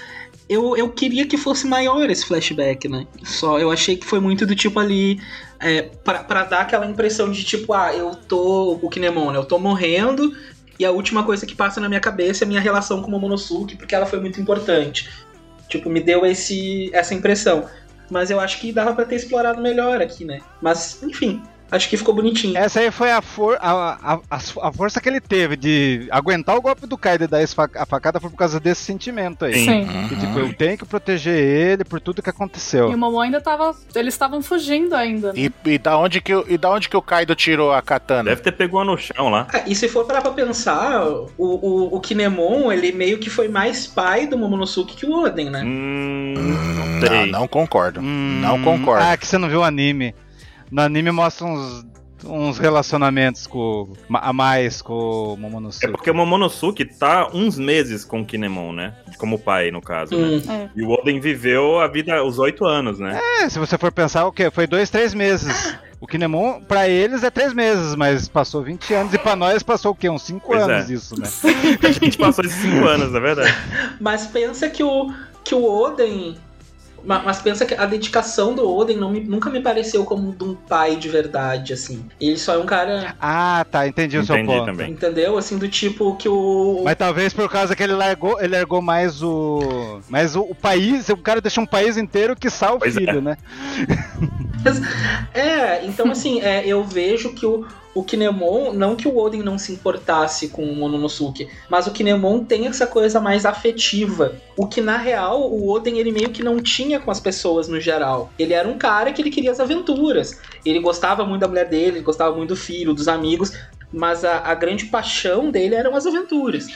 [SPEAKER 5] eu, eu queria que fosse maior esse flashback, né? Só eu achei que foi muito do tipo ali. É, pra, pra dar aquela impressão de tipo, ah, eu tô. O Kinemon, né? Eu tô morrendo. E a última coisa que passa na minha cabeça é a minha relação com o Momonosuke, porque ela foi muito importante. Tipo, me deu esse, essa impressão. Mas eu acho que dava pra ter explorado melhor aqui, né? Mas, enfim, acho que ficou bonitinho.
[SPEAKER 4] Essa aí foi a, for- a- a- a su- a força que ele teve de aguentar o golpe do Kaido e dar esse fa- a facada foi por causa desse sentimento aí.
[SPEAKER 3] Sim.
[SPEAKER 1] Uhum.
[SPEAKER 4] Que, tipo,
[SPEAKER 2] Uhum.
[SPEAKER 4] eu tenho que proteger ele por tudo que
[SPEAKER 3] E o
[SPEAKER 4] aconteceu.
[SPEAKER 3] Momo ainda tava. Eles estavam fugindo ainda. né?
[SPEAKER 1] E, e da onde que, o- e da onde que o Kaido tirou a katana?
[SPEAKER 2] Deve ter pego uma no chão lá.
[SPEAKER 5] Ah, E se for parar pra pensar, o, o, o Kinemon, ele meio que foi mais pai do Momonosuke que o Oden, né?
[SPEAKER 2] Hum,
[SPEAKER 1] Hum,
[SPEAKER 2] não
[SPEAKER 1] não,
[SPEAKER 2] sei.
[SPEAKER 1] não concordo.
[SPEAKER 4] Hum,
[SPEAKER 1] não concordo.
[SPEAKER 4] Ah, que você não viu o anime. No anime mostra uns, uns relacionamentos com, a mais com o Momonosuke.
[SPEAKER 2] É porque o Momonosuke tá uns meses com o Kinemon, né? Como pai, no caso, né?
[SPEAKER 5] Hum.
[SPEAKER 2] E o Oden viveu a vida, os oito anos, né?
[SPEAKER 4] É, se você for pensar, o quê? Foi dois, três meses. O Kinemon, pra eles, é três meses, mas passou 20 anos. E pra nós passou o quê? Uns cinco
[SPEAKER 2] Pois
[SPEAKER 4] anos
[SPEAKER 2] é.
[SPEAKER 4] isso, né?
[SPEAKER 2] A gente passou esses cinco anos, é verdade.
[SPEAKER 5] Mas pensa que o, que o Oden. ma- Mas pensa que a dedicação do Oden não me- nunca me pareceu como de um pai de verdade, assim. Ele só é um cara,
[SPEAKER 4] Ah, tá, entendi o seu
[SPEAKER 2] Entendi
[SPEAKER 4] ponto.
[SPEAKER 2] também.
[SPEAKER 5] entendeu? Assim, do tipo que o.
[SPEAKER 4] Mas talvez por causa que ele largou, ele largou mais o. Mas o, o país, o cara deixou um país inteiro que o
[SPEAKER 2] Pois é.
[SPEAKER 4] filho, né?
[SPEAKER 5] É, então assim, é, eu vejo que o, o Kinemon, não que o Oden não se importasse com o Momonosuke, mas o Kinemon tem essa coisa mais afetiva. O que na real o Oden ele meio que não tinha com as pessoas no geral. Ele era um cara que ele queria as aventuras. Ele gostava muito da mulher dele, ele gostava muito do filho, dos amigos, mas a, a grande paixão dele eram as aventuras.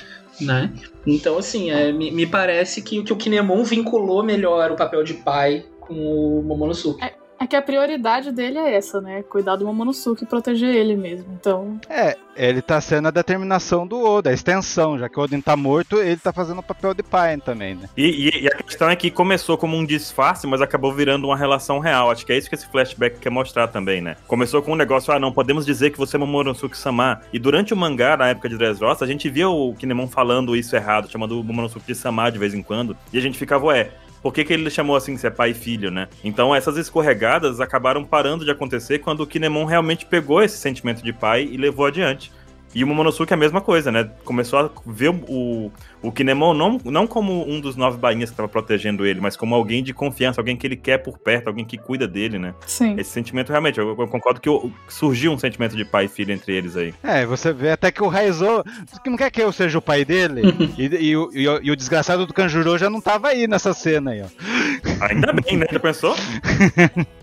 [SPEAKER 5] Né? Então, assim, é, me, me parece que, que o Kinemon vinculou melhor o papel de pai com o Momonosuke.
[SPEAKER 3] É que a prioridade dele é essa, né? Cuidar do Momonosuke e proteger ele mesmo. Então,
[SPEAKER 4] É, ele tá sendo a determinação do Oda, a extensão, já que o Odin tá morto, ele tá fazendo o papel de pai também, né?
[SPEAKER 2] E, e- e a questão é que começou como um disfarce, mas acabou virando uma relação real. Acho que é isso que esse flashback quer mostrar também, né? Começou com um negócio, ah, não podemos dizer que você é Momonosuke-sama. E durante o mangá, na época de Dressrosa, a gente via o Kinemon falando isso errado, chamando o Momonosuke de Sama de vez em quando. E a gente ficava, ué, por que, que ele chamou assim, se é pai e filho, né? Então essas escorregadas acabaram parando de acontecer quando o Kinemon realmente pegou esse sentimento de pai e levou adiante. E o Momonosuke é a mesma coisa, né? Começou a ver o, o Kinemon não, não como um dos nove bainhas que tava protegendo ele, mas como alguém de confiança, alguém que ele quer por perto, alguém que cuida dele, né?
[SPEAKER 3] sim.
[SPEAKER 2] Esse sentimento realmente, eu, eu concordo que o- surgiu um sentimento de pai e filho entre eles aí.
[SPEAKER 4] É, você vê até que o Raizou, que não quer que eu seja o pai dele, e, e o- e o- e o desgraçado do Kanjuro já não tava aí nessa cena aí, ó.
[SPEAKER 2] Ainda bem, né? Já pensou?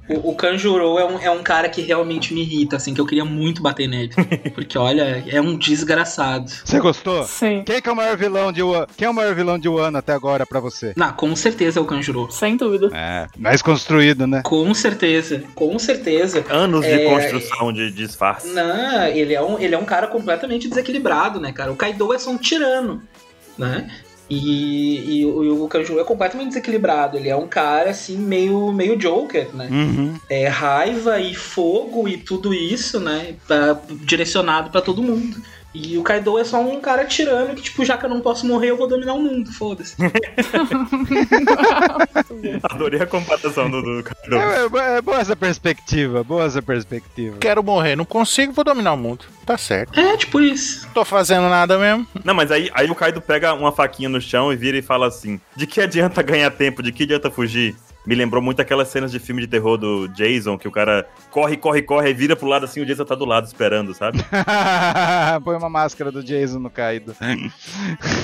[SPEAKER 5] O, o Kanjuro é um, é um cara que realmente me irrita, assim, que eu queria muito bater nele. Porque, olha, é um desgraçado.
[SPEAKER 4] Você gostou?
[SPEAKER 3] Sim.
[SPEAKER 4] Quem que é o maior vilão de Wano? Quem é o maior vilão de Wano até agora pra você?
[SPEAKER 5] Não, com certeza é o Kanjuro.
[SPEAKER 3] Sem dúvida.
[SPEAKER 4] É, mais construído, né?
[SPEAKER 5] Com certeza, com certeza.
[SPEAKER 2] Anos de
[SPEAKER 5] É,
[SPEAKER 2] construção de disfarce.
[SPEAKER 5] Não, ele é, um, ele é um cara completamente desequilibrado, né, cara? O Kaido é só um tirano, né? E, e o, e o Kanjuro é completamente desequilibrado. Ele é um cara, assim, meio, meio Joker, né?
[SPEAKER 4] Uhum.
[SPEAKER 5] É raiva e fogo e tudo isso, né? Tá direcionado pra todo mundo. E o Kaido é só um cara tirano que, tipo, já que eu não posso morrer, eu vou dominar o mundo, foda-se.
[SPEAKER 2] Adorei a comparação do, do
[SPEAKER 4] É,
[SPEAKER 2] Kaido.
[SPEAKER 4] é- é boa essa perspectiva, boa essa perspectiva.
[SPEAKER 1] Quero morrer, não consigo, vou dominar o mundo. Tá certo.
[SPEAKER 5] É, tipo isso.
[SPEAKER 1] Não tô fazendo nada mesmo.
[SPEAKER 2] Não, mas aí, aí o Kaido pega uma faquinha no chão e vira e fala assim: De que adianta ganhar tempo? De que adianta fugir? Me lembrou muito aquelas cenas de filme de terror do Jason, que o cara corre, corre, corre, e vira pro lado assim, o Jason tá do lado esperando, sabe?
[SPEAKER 4] Põe uma máscara do Jason no caído.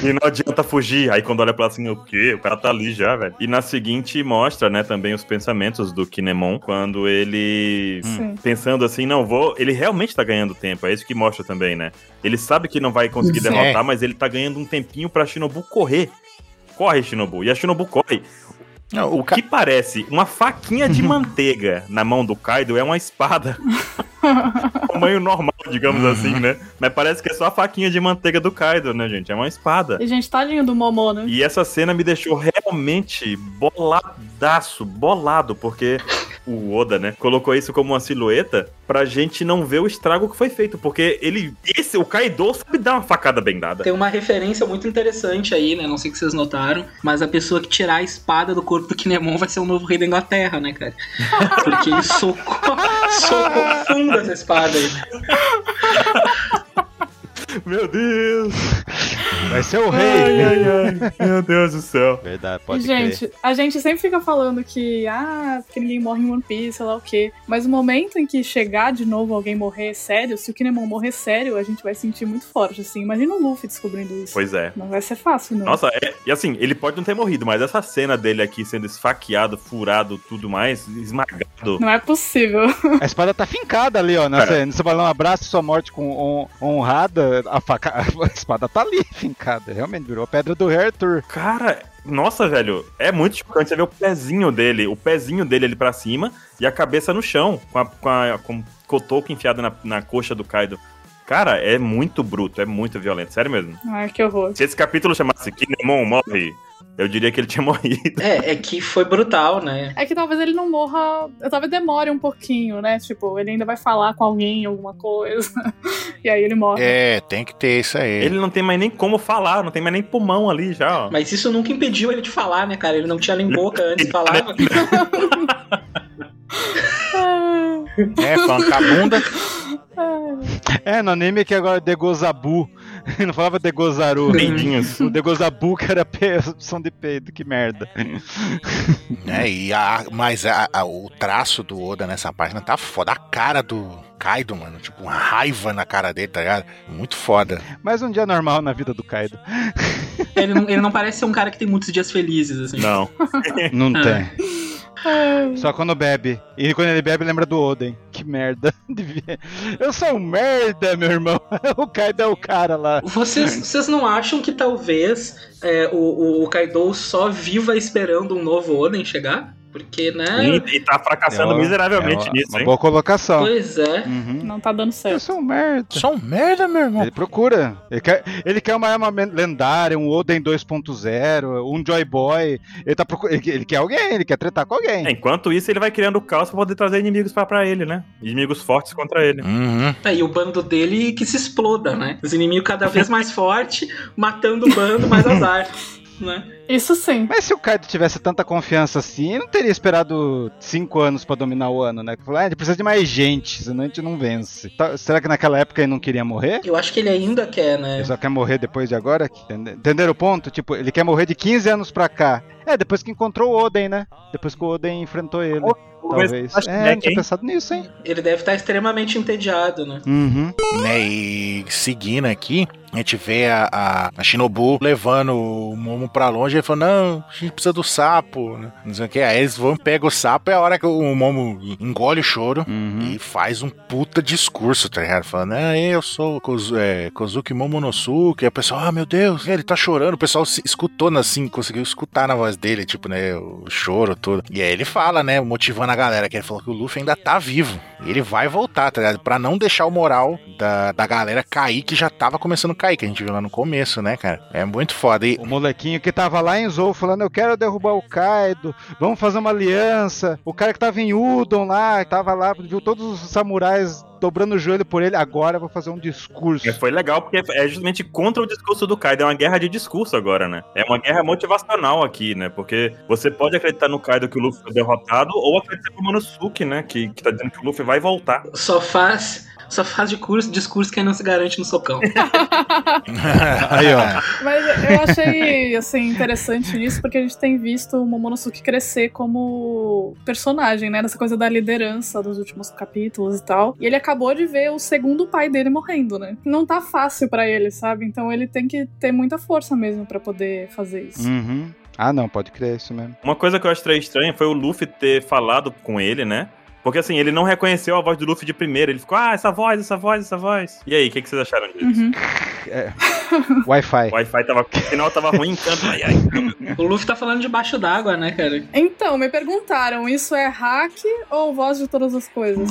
[SPEAKER 2] E não adianta fugir. Aí quando olha pra lá assim, o quê? O cara tá ali já, velho. E na seguinte mostra, né, também os pensamentos do Kinemon, quando ele
[SPEAKER 3] Sim.
[SPEAKER 2] pensando assim, não vou, ele realmente tá ganhando tempo, é isso que mostra também, né? Ele sabe que não vai conseguir
[SPEAKER 1] Sim.
[SPEAKER 2] derrotar, mas ele tá ganhando um tempinho pra Shinobu correr. Corre, Shinobu. E a Shinobu corre.
[SPEAKER 1] Não,
[SPEAKER 2] O
[SPEAKER 1] o, ca-
[SPEAKER 2] que parece uma faquinha de manteiga na mão do Kaido é uma espada. Tamanho normal, digamos assim, né? Mas parece que é só a faquinha de manteiga do Kaido, né, gente? É uma espada.
[SPEAKER 3] E, gente, tadinho do Momô, né?
[SPEAKER 2] E essa cena me deixou realmente boladaço, bolado, porque o Oda, né, colocou isso como uma silhueta pra gente não ver o estrago que foi feito, porque ele, esse, o Kaido sabe dar uma facada bem dada.
[SPEAKER 5] Tem uma referência muito interessante aí, né? Não sei se vocês notaram, mas a pessoa que tirar a espada do corpo do Kinemon vai ser o novo rei da Inglaterra, né, cara? Porque ele socou, socou fundo essa espada aí.
[SPEAKER 2] Meu Deus!
[SPEAKER 4] Vai ser
[SPEAKER 2] Ai,
[SPEAKER 4] o rei.
[SPEAKER 2] ai, ai. Meu Deus do céu.
[SPEAKER 4] Verdade,
[SPEAKER 3] E,
[SPEAKER 4] pode crer.
[SPEAKER 3] gente, a gente sempre fica falando que, ah, porque ninguém morre em One Piece, sei lá o quê. Mas o momento em que chegar de novo alguém morrer sério, se o Kinemon morrer sério, a gente vai sentir muito forte, assim. Imagina o Luffy descobrindo isso.
[SPEAKER 2] Pois é.
[SPEAKER 3] Não vai ser fácil, não.
[SPEAKER 2] Nossa, é- e assim, ele pode não ter morrido, mas essa cena dele aqui sendo esfaqueado, furado, tudo mais, esmagado.
[SPEAKER 3] Não é possível.
[SPEAKER 4] A espada tá fincada ali, ó.
[SPEAKER 2] Cara.
[SPEAKER 4] Nessa, nesse balão, abraço sua morte com hon- honrada. A, faca, a espada tá ali fincada. Realmente virou a pedra do Rei Arthur.
[SPEAKER 2] Cara, nossa, velho, é muito chocante. Você vê o pezinho dele, o pezinho dele ali pra cima e a cabeça no chão, com, a, com, a- com o cotoco enfiado na, na coxa do Kaido. Cara, é muito bruto, é muito violento, sério mesmo.
[SPEAKER 3] Ai, que horror.
[SPEAKER 2] Se esse capítulo chamasse Kinemon morre, eu diria que ele tinha morrido.
[SPEAKER 5] É, é que foi brutal, né?
[SPEAKER 3] É que talvez ele não morra. Talvez demore um pouquinho, né? Tipo, ele ainda vai falar com alguém, alguma coisa. e aí ele morre.
[SPEAKER 1] é, tem que ter isso aí.
[SPEAKER 2] Ele não tem mais nem como falar, não tem mais nem pulmão ali já, ó.
[SPEAKER 5] Mas isso nunca impediu ele de falar, né, cara? Ele não tinha nem boca antes, falava.
[SPEAKER 3] Ah,
[SPEAKER 1] É, pancar a bunda.
[SPEAKER 4] É, no anime que agora é Degozabu. Não falava Degozaru.
[SPEAKER 2] Peidinhos.
[SPEAKER 4] O Degozabu que era pe- som de peito, que merda.
[SPEAKER 1] né, e a, mas a- a- o traço do Oda nessa página tá foda. A cara do Kaido, mano. Tipo, uma raiva na cara dele, tá ligado? Muito foda.
[SPEAKER 4] Mas um dia normal na vida do Kaido.
[SPEAKER 5] Ele não, ele não parece ser um cara que tem muitos dias felizes, assim.
[SPEAKER 2] Não.
[SPEAKER 4] Não
[SPEAKER 5] Ah.
[SPEAKER 4] tem.
[SPEAKER 3] ah.
[SPEAKER 4] Só quando bebe. E quando ele bebe, lembra do Oden. Que merda. Devia- Eu sou um merda, meu irmão. O Kaido é o cara lá.
[SPEAKER 5] Vocês, vocês não acham que talvez é, o, o, o Kaido só viva esperando um novo Oden chegar? Porque, né?
[SPEAKER 2] E, e tá fracassando
[SPEAKER 4] É uma-
[SPEAKER 2] miseravelmente
[SPEAKER 4] É uma-
[SPEAKER 2] nisso,
[SPEAKER 4] Uma
[SPEAKER 2] hein?
[SPEAKER 4] boa colocação.
[SPEAKER 5] Pois é.
[SPEAKER 4] Uhum.
[SPEAKER 3] Não tá dando certo.
[SPEAKER 4] Eu sou um merda.
[SPEAKER 1] Só um merda, meu irmão.
[SPEAKER 4] Ele procura. Ele quer, ele quer uma arma men- lendária, um Oden 2.0, um Joy Boy. Ele, tá procu- ele, ele quer alguém, ele quer tretar com
[SPEAKER 2] É,
[SPEAKER 4] alguém.
[SPEAKER 2] Enquanto isso, ele vai criando caos pra poder trazer inimigos pra, pra ele, né? Inimigos fortes contra ele.
[SPEAKER 1] Uhum.
[SPEAKER 5] Tá, e o bando dele que se exploda, né? Os inimigos cada vez mais forte, matando o bando, mais azar. Né?
[SPEAKER 3] Isso sim.
[SPEAKER 4] Mas se o Kaido tivesse tanta confiança assim, ele não teria esperado cinco anos pra dominar o ano, né? Falou, ah, ele precisa de mais gente, senão a gente não vence. Tá- será que naquela época ele não queria morrer?
[SPEAKER 5] Eu acho que ele ainda quer, né?
[SPEAKER 4] Ele só quer morrer depois de agora? Entende- Entenderam o ponto? Tipo, ele quer morrer de 15 anos pra cá. É, depois que encontrou o Oden, né? Depois que o Oden enfrentou ele. Talvez.
[SPEAKER 2] Mas-
[SPEAKER 4] É, não tinha
[SPEAKER 2] hein?
[SPEAKER 4] pensado nisso, hein?
[SPEAKER 5] Ele deve estar extremamente entediado, né?
[SPEAKER 4] Uhum.
[SPEAKER 1] né? E seguindo aqui, a gente vê a, a, a Shinobu levando o Momo pra longe. Ele falou: Não, a gente precisa do sapo. né? Não sei o que. Aí eles vão, pegam o sapo. É a hora que o Momo engole o choro.
[SPEAKER 4] Uhum.
[SPEAKER 1] E faz um puta discurso, tá ligado? Falando, ah, eu sou o Kozu, é, Kozuki Momonosuke. Aí o pessoal, ah, meu Deus, ele tá chorando. O pessoal se escutou, né, assim, conseguiu escutar na voz dele, tipo, né, o choro todo. E aí ele fala, né, motivando a galera, que ele falou que o Luffy ainda tá vivo. E ele vai voltar, tá ligado? Pra não deixar o moral da, da galera cair, que já tava começando a cair, que a gente viu lá no começo, né, cara? É muito foda. E
[SPEAKER 4] O molequinho que tava lá em Zou falando, eu quero derrubar o Kaido, vamos fazer uma aliança. O cara que tava em Udon lá, que tava lá, viu todos os samurais dobrando o joelho por ele, agora eu vou fazer um discurso.
[SPEAKER 2] É, Foi legal, porque é justamente contra o discurso do Kaido. É uma guerra de discurso agora, né? É uma guerra motivacional aqui, né? Porque você pode acreditar no Kaido que o Luffy foi derrotado, ou acreditar no Momonosuke, né? Que, que tá dizendo que o Luffy vai voltar.
[SPEAKER 5] Só faz. só faz de curso, discurso que aí não se garante no socão.
[SPEAKER 1] Aí, ó.
[SPEAKER 3] Mas eu achei, assim, interessante isso, porque a gente tem visto o Momonosuke crescer como personagem, né? Nessa coisa da liderança dos últimos capítulos e tal. E ele acabou de ver o segundo pai dele morrendo, né? Não tá fácil pra ele, sabe? Então ele tem que ter muita força mesmo pra poder fazer isso.
[SPEAKER 4] Uhum. Ah, não, pode crer, é isso mesmo.
[SPEAKER 2] Uma coisa que eu achei estranha foi o Luffy ter falado com ele, né? Porque assim, ele não reconheceu a voz do Luffy de primeira. Ele ficou, ah, essa voz, essa voz, essa voz. E aí, o que, que vocês acharam disso?
[SPEAKER 3] Uhum.
[SPEAKER 4] Wi-Fi.
[SPEAKER 2] O Wi-Fi tava. O sinal tava ruim, canto. Ai, ai.
[SPEAKER 5] o Luffy tá falando debaixo d'água, né, cara?
[SPEAKER 3] Então, me perguntaram, isso é hack ou voz de todas as coisas?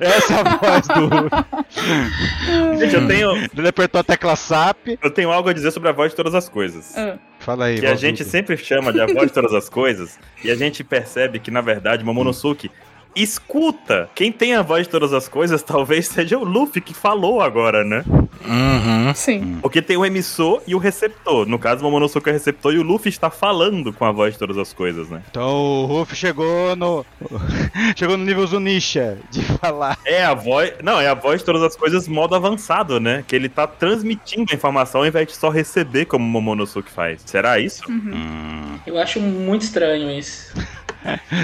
[SPEAKER 4] Essa é a voz do.
[SPEAKER 2] Gente, eu tenho,
[SPEAKER 4] Ele apertou a tecla SAP.
[SPEAKER 2] eu tenho algo a dizer sobre a voz de todas as coisas.
[SPEAKER 3] Ah.
[SPEAKER 4] Fala aí.
[SPEAKER 2] Que a
[SPEAKER 4] voz
[SPEAKER 2] gente
[SPEAKER 4] do-
[SPEAKER 2] sempre chama de a voz de todas as coisas. E a gente percebe que, na verdade, Momonosuke escuta. Quem tem a voz de todas as coisas talvez seja o Luffy que falou agora, né?
[SPEAKER 1] Uhum.
[SPEAKER 3] Sim.
[SPEAKER 2] Porque tem o emissor e o receptor. No caso, Momonosuke é o receptor e o Luffy está falando com a voz de todas as coisas, né?
[SPEAKER 4] Então o Ruff chegou no. chegou no nível Zunisha de falar.
[SPEAKER 2] É a voz. Não, é a voz de todas as coisas modo avançado, né? Que ele tá transmitindo a informação ao invés de só receber como o Momonosuke faz. Será isso?
[SPEAKER 3] Uhum.
[SPEAKER 5] Eu acho muito estranho isso.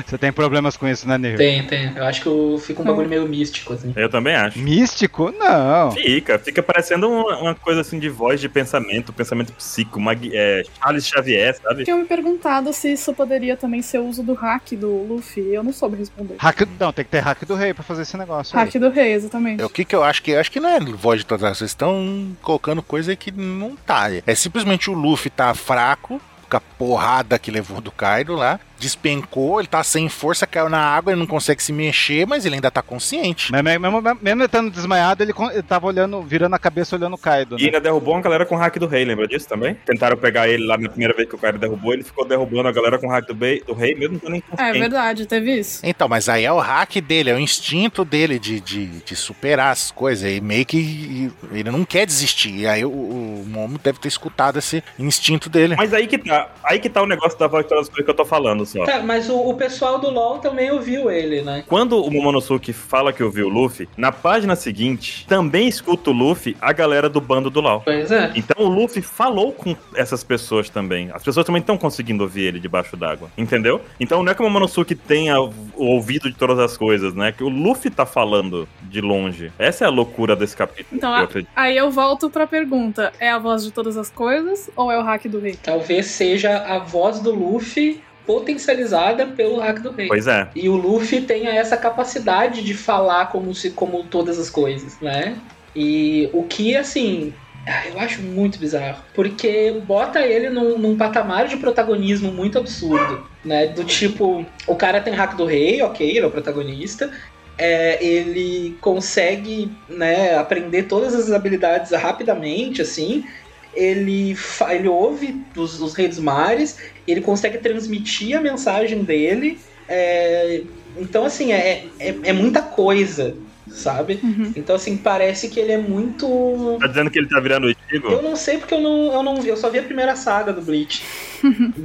[SPEAKER 4] Você tem problemas com isso, né, Nil?
[SPEAKER 5] Tem, tem. Eu acho que eu- fica um bagulho meio místico, assim.
[SPEAKER 2] Eu também acho.
[SPEAKER 4] Místico? Não.
[SPEAKER 2] Fica, fica parecendo uma, uma coisa assim de voz de pensamento, pensamento psico, mag, é, Charles Xavier, sabe?
[SPEAKER 3] Tinham me perguntado se isso poderia também ser o uso do hack do Luffy. Eu não soube responder.
[SPEAKER 4] Hack... Não, tem que ter hack do rei pra fazer esse negócio. aí.
[SPEAKER 3] Hack do rei, exatamente.
[SPEAKER 1] É, O que que eu acho que acho que não é voz de todas as vocês estão colocando coisa que não tá. É simplesmente o Luffy tá fraco, com a porrada que levou do Kaido lá, despencou, ele tá sem força, caiu na água, ele não consegue se mexer, mas ele ainda tá consciente.
[SPEAKER 4] Mas mesmo, mesmo, mesmo ele estando desmaiado, ele, con- ele tava olhando, virando a cabeça olhando o Kaido.
[SPEAKER 2] E
[SPEAKER 4] Né?
[SPEAKER 2] ainda derrubou uma galera com o hack do rei, lembra disso também? Tentaram pegar ele lá na primeira vez que o cara derrubou, ele ficou derrubando a galera com o hack do, bei- do rei, mesmo que nem
[SPEAKER 3] É
[SPEAKER 2] consciente.
[SPEAKER 3] verdade, teve isso.
[SPEAKER 1] Então, mas aí é o hack dele, é o instinto dele de, de, de superar as coisas. E meio que ele não quer desistir. E aí o, o Momo deve ter escutado esse instinto dele.
[SPEAKER 2] Mas aí que tá, aí que tá o negócio da voz de todas as coisas que eu tô falando só.
[SPEAKER 5] Tá, mas o, o pessoal do LoL também ouviu ele, né?
[SPEAKER 2] Quando o Momonosuke fala que ouviu o Luffy, na página seguinte, também escuta o Luffy a galera do bando do Lau.
[SPEAKER 5] Pois é.
[SPEAKER 2] Então o Luffy falou com essas pessoas também. As pessoas também estão conseguindo ouvir ele debaixo d'água, entendeu? Então não é que o Momonosuke tenha o ouvido de todas as coisas, né? Que o Luffy tá falando de longe. Essa é a loucura desse capítulo.
[SPEAKER 3] Então,
[SPEAKER 2] eu
[SPEAKER 3] a-
[SPEAKER 2] acredito.
[SPEAKER 3] aí eu volto pra pergunta: é a voz de todas as coisas ou é o hack do rei?
[SPEAKER 5] Talvez seja a voz do Luffy potencializada pelo hack do rei.
[SPEAKER 2] Pois é.
[SPEAKER 5] E o Luffy tenha essa capacidade de falar como se como todas as coisas, né? E o que assim, ah, eu acho muito bizarro, porque bota ele num, num patamar de protagonismo muito absurdo, né? Do tipo, o cara tem hack do rei, ok, ele é o protagonista. é, ele consegue né, aprender todas as habilidades rapidamente, assim. Ele, fa- ele ouve os, os reis dos mares, ele consegue transmitir a mensagem dele é, então, assim, é, é, é muita coisa, sabe? Então, assim, parece que ele é muito.
[SPEAKER 2] Tá dizendo que ele tá virando o
[SPEAKER 5] Eu
[SPEAKER 2] Ichigo?
[SPEAKER 5] não sei porque eu não, eu não vi, eu só vi a primeira saga do Bleach.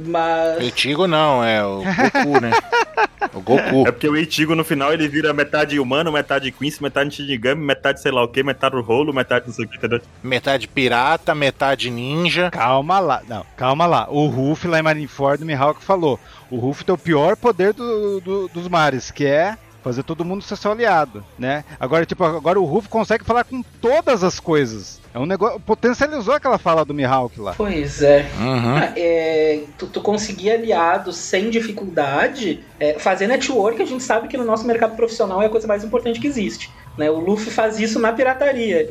[SPEAKER 5] Mas.
[SPEAKER 1] Eu digo não, é o Goku, né? O Goku.
[SPEAKER 2] É porque o Ichigo no final ele vira metade humano, metade Quincy, metade Shinigami, metade sei lá o que, metade o rolo, metade não sei o que, entendeu?
[SPEAKER 1] Metade pirata, metade ninja.
[SPEAKER 4] Calma lá, não, calma lá. O Ruff lá em Marineford, o Mihawk falou: o Ruff tem o pior poder do- do- dos mares, que é fazer todo mundo ser seu aliado, né? Agora, tipo, agora o Ruff consegue falar com todas as coisas. É um negócio. Potencializou aquela fala do Mihawk lá.
[SPEAKER 5] Pois é.
[SPEAKER 1] Uhum.
[SPEAKER 5] É, tu, tu conseguir aliados sem dificuldade, é, fazer network, a gente sabe que no nosso mercado profissional é a coisa mais importante que existe. Né? O Luffy faz isso na pirataria.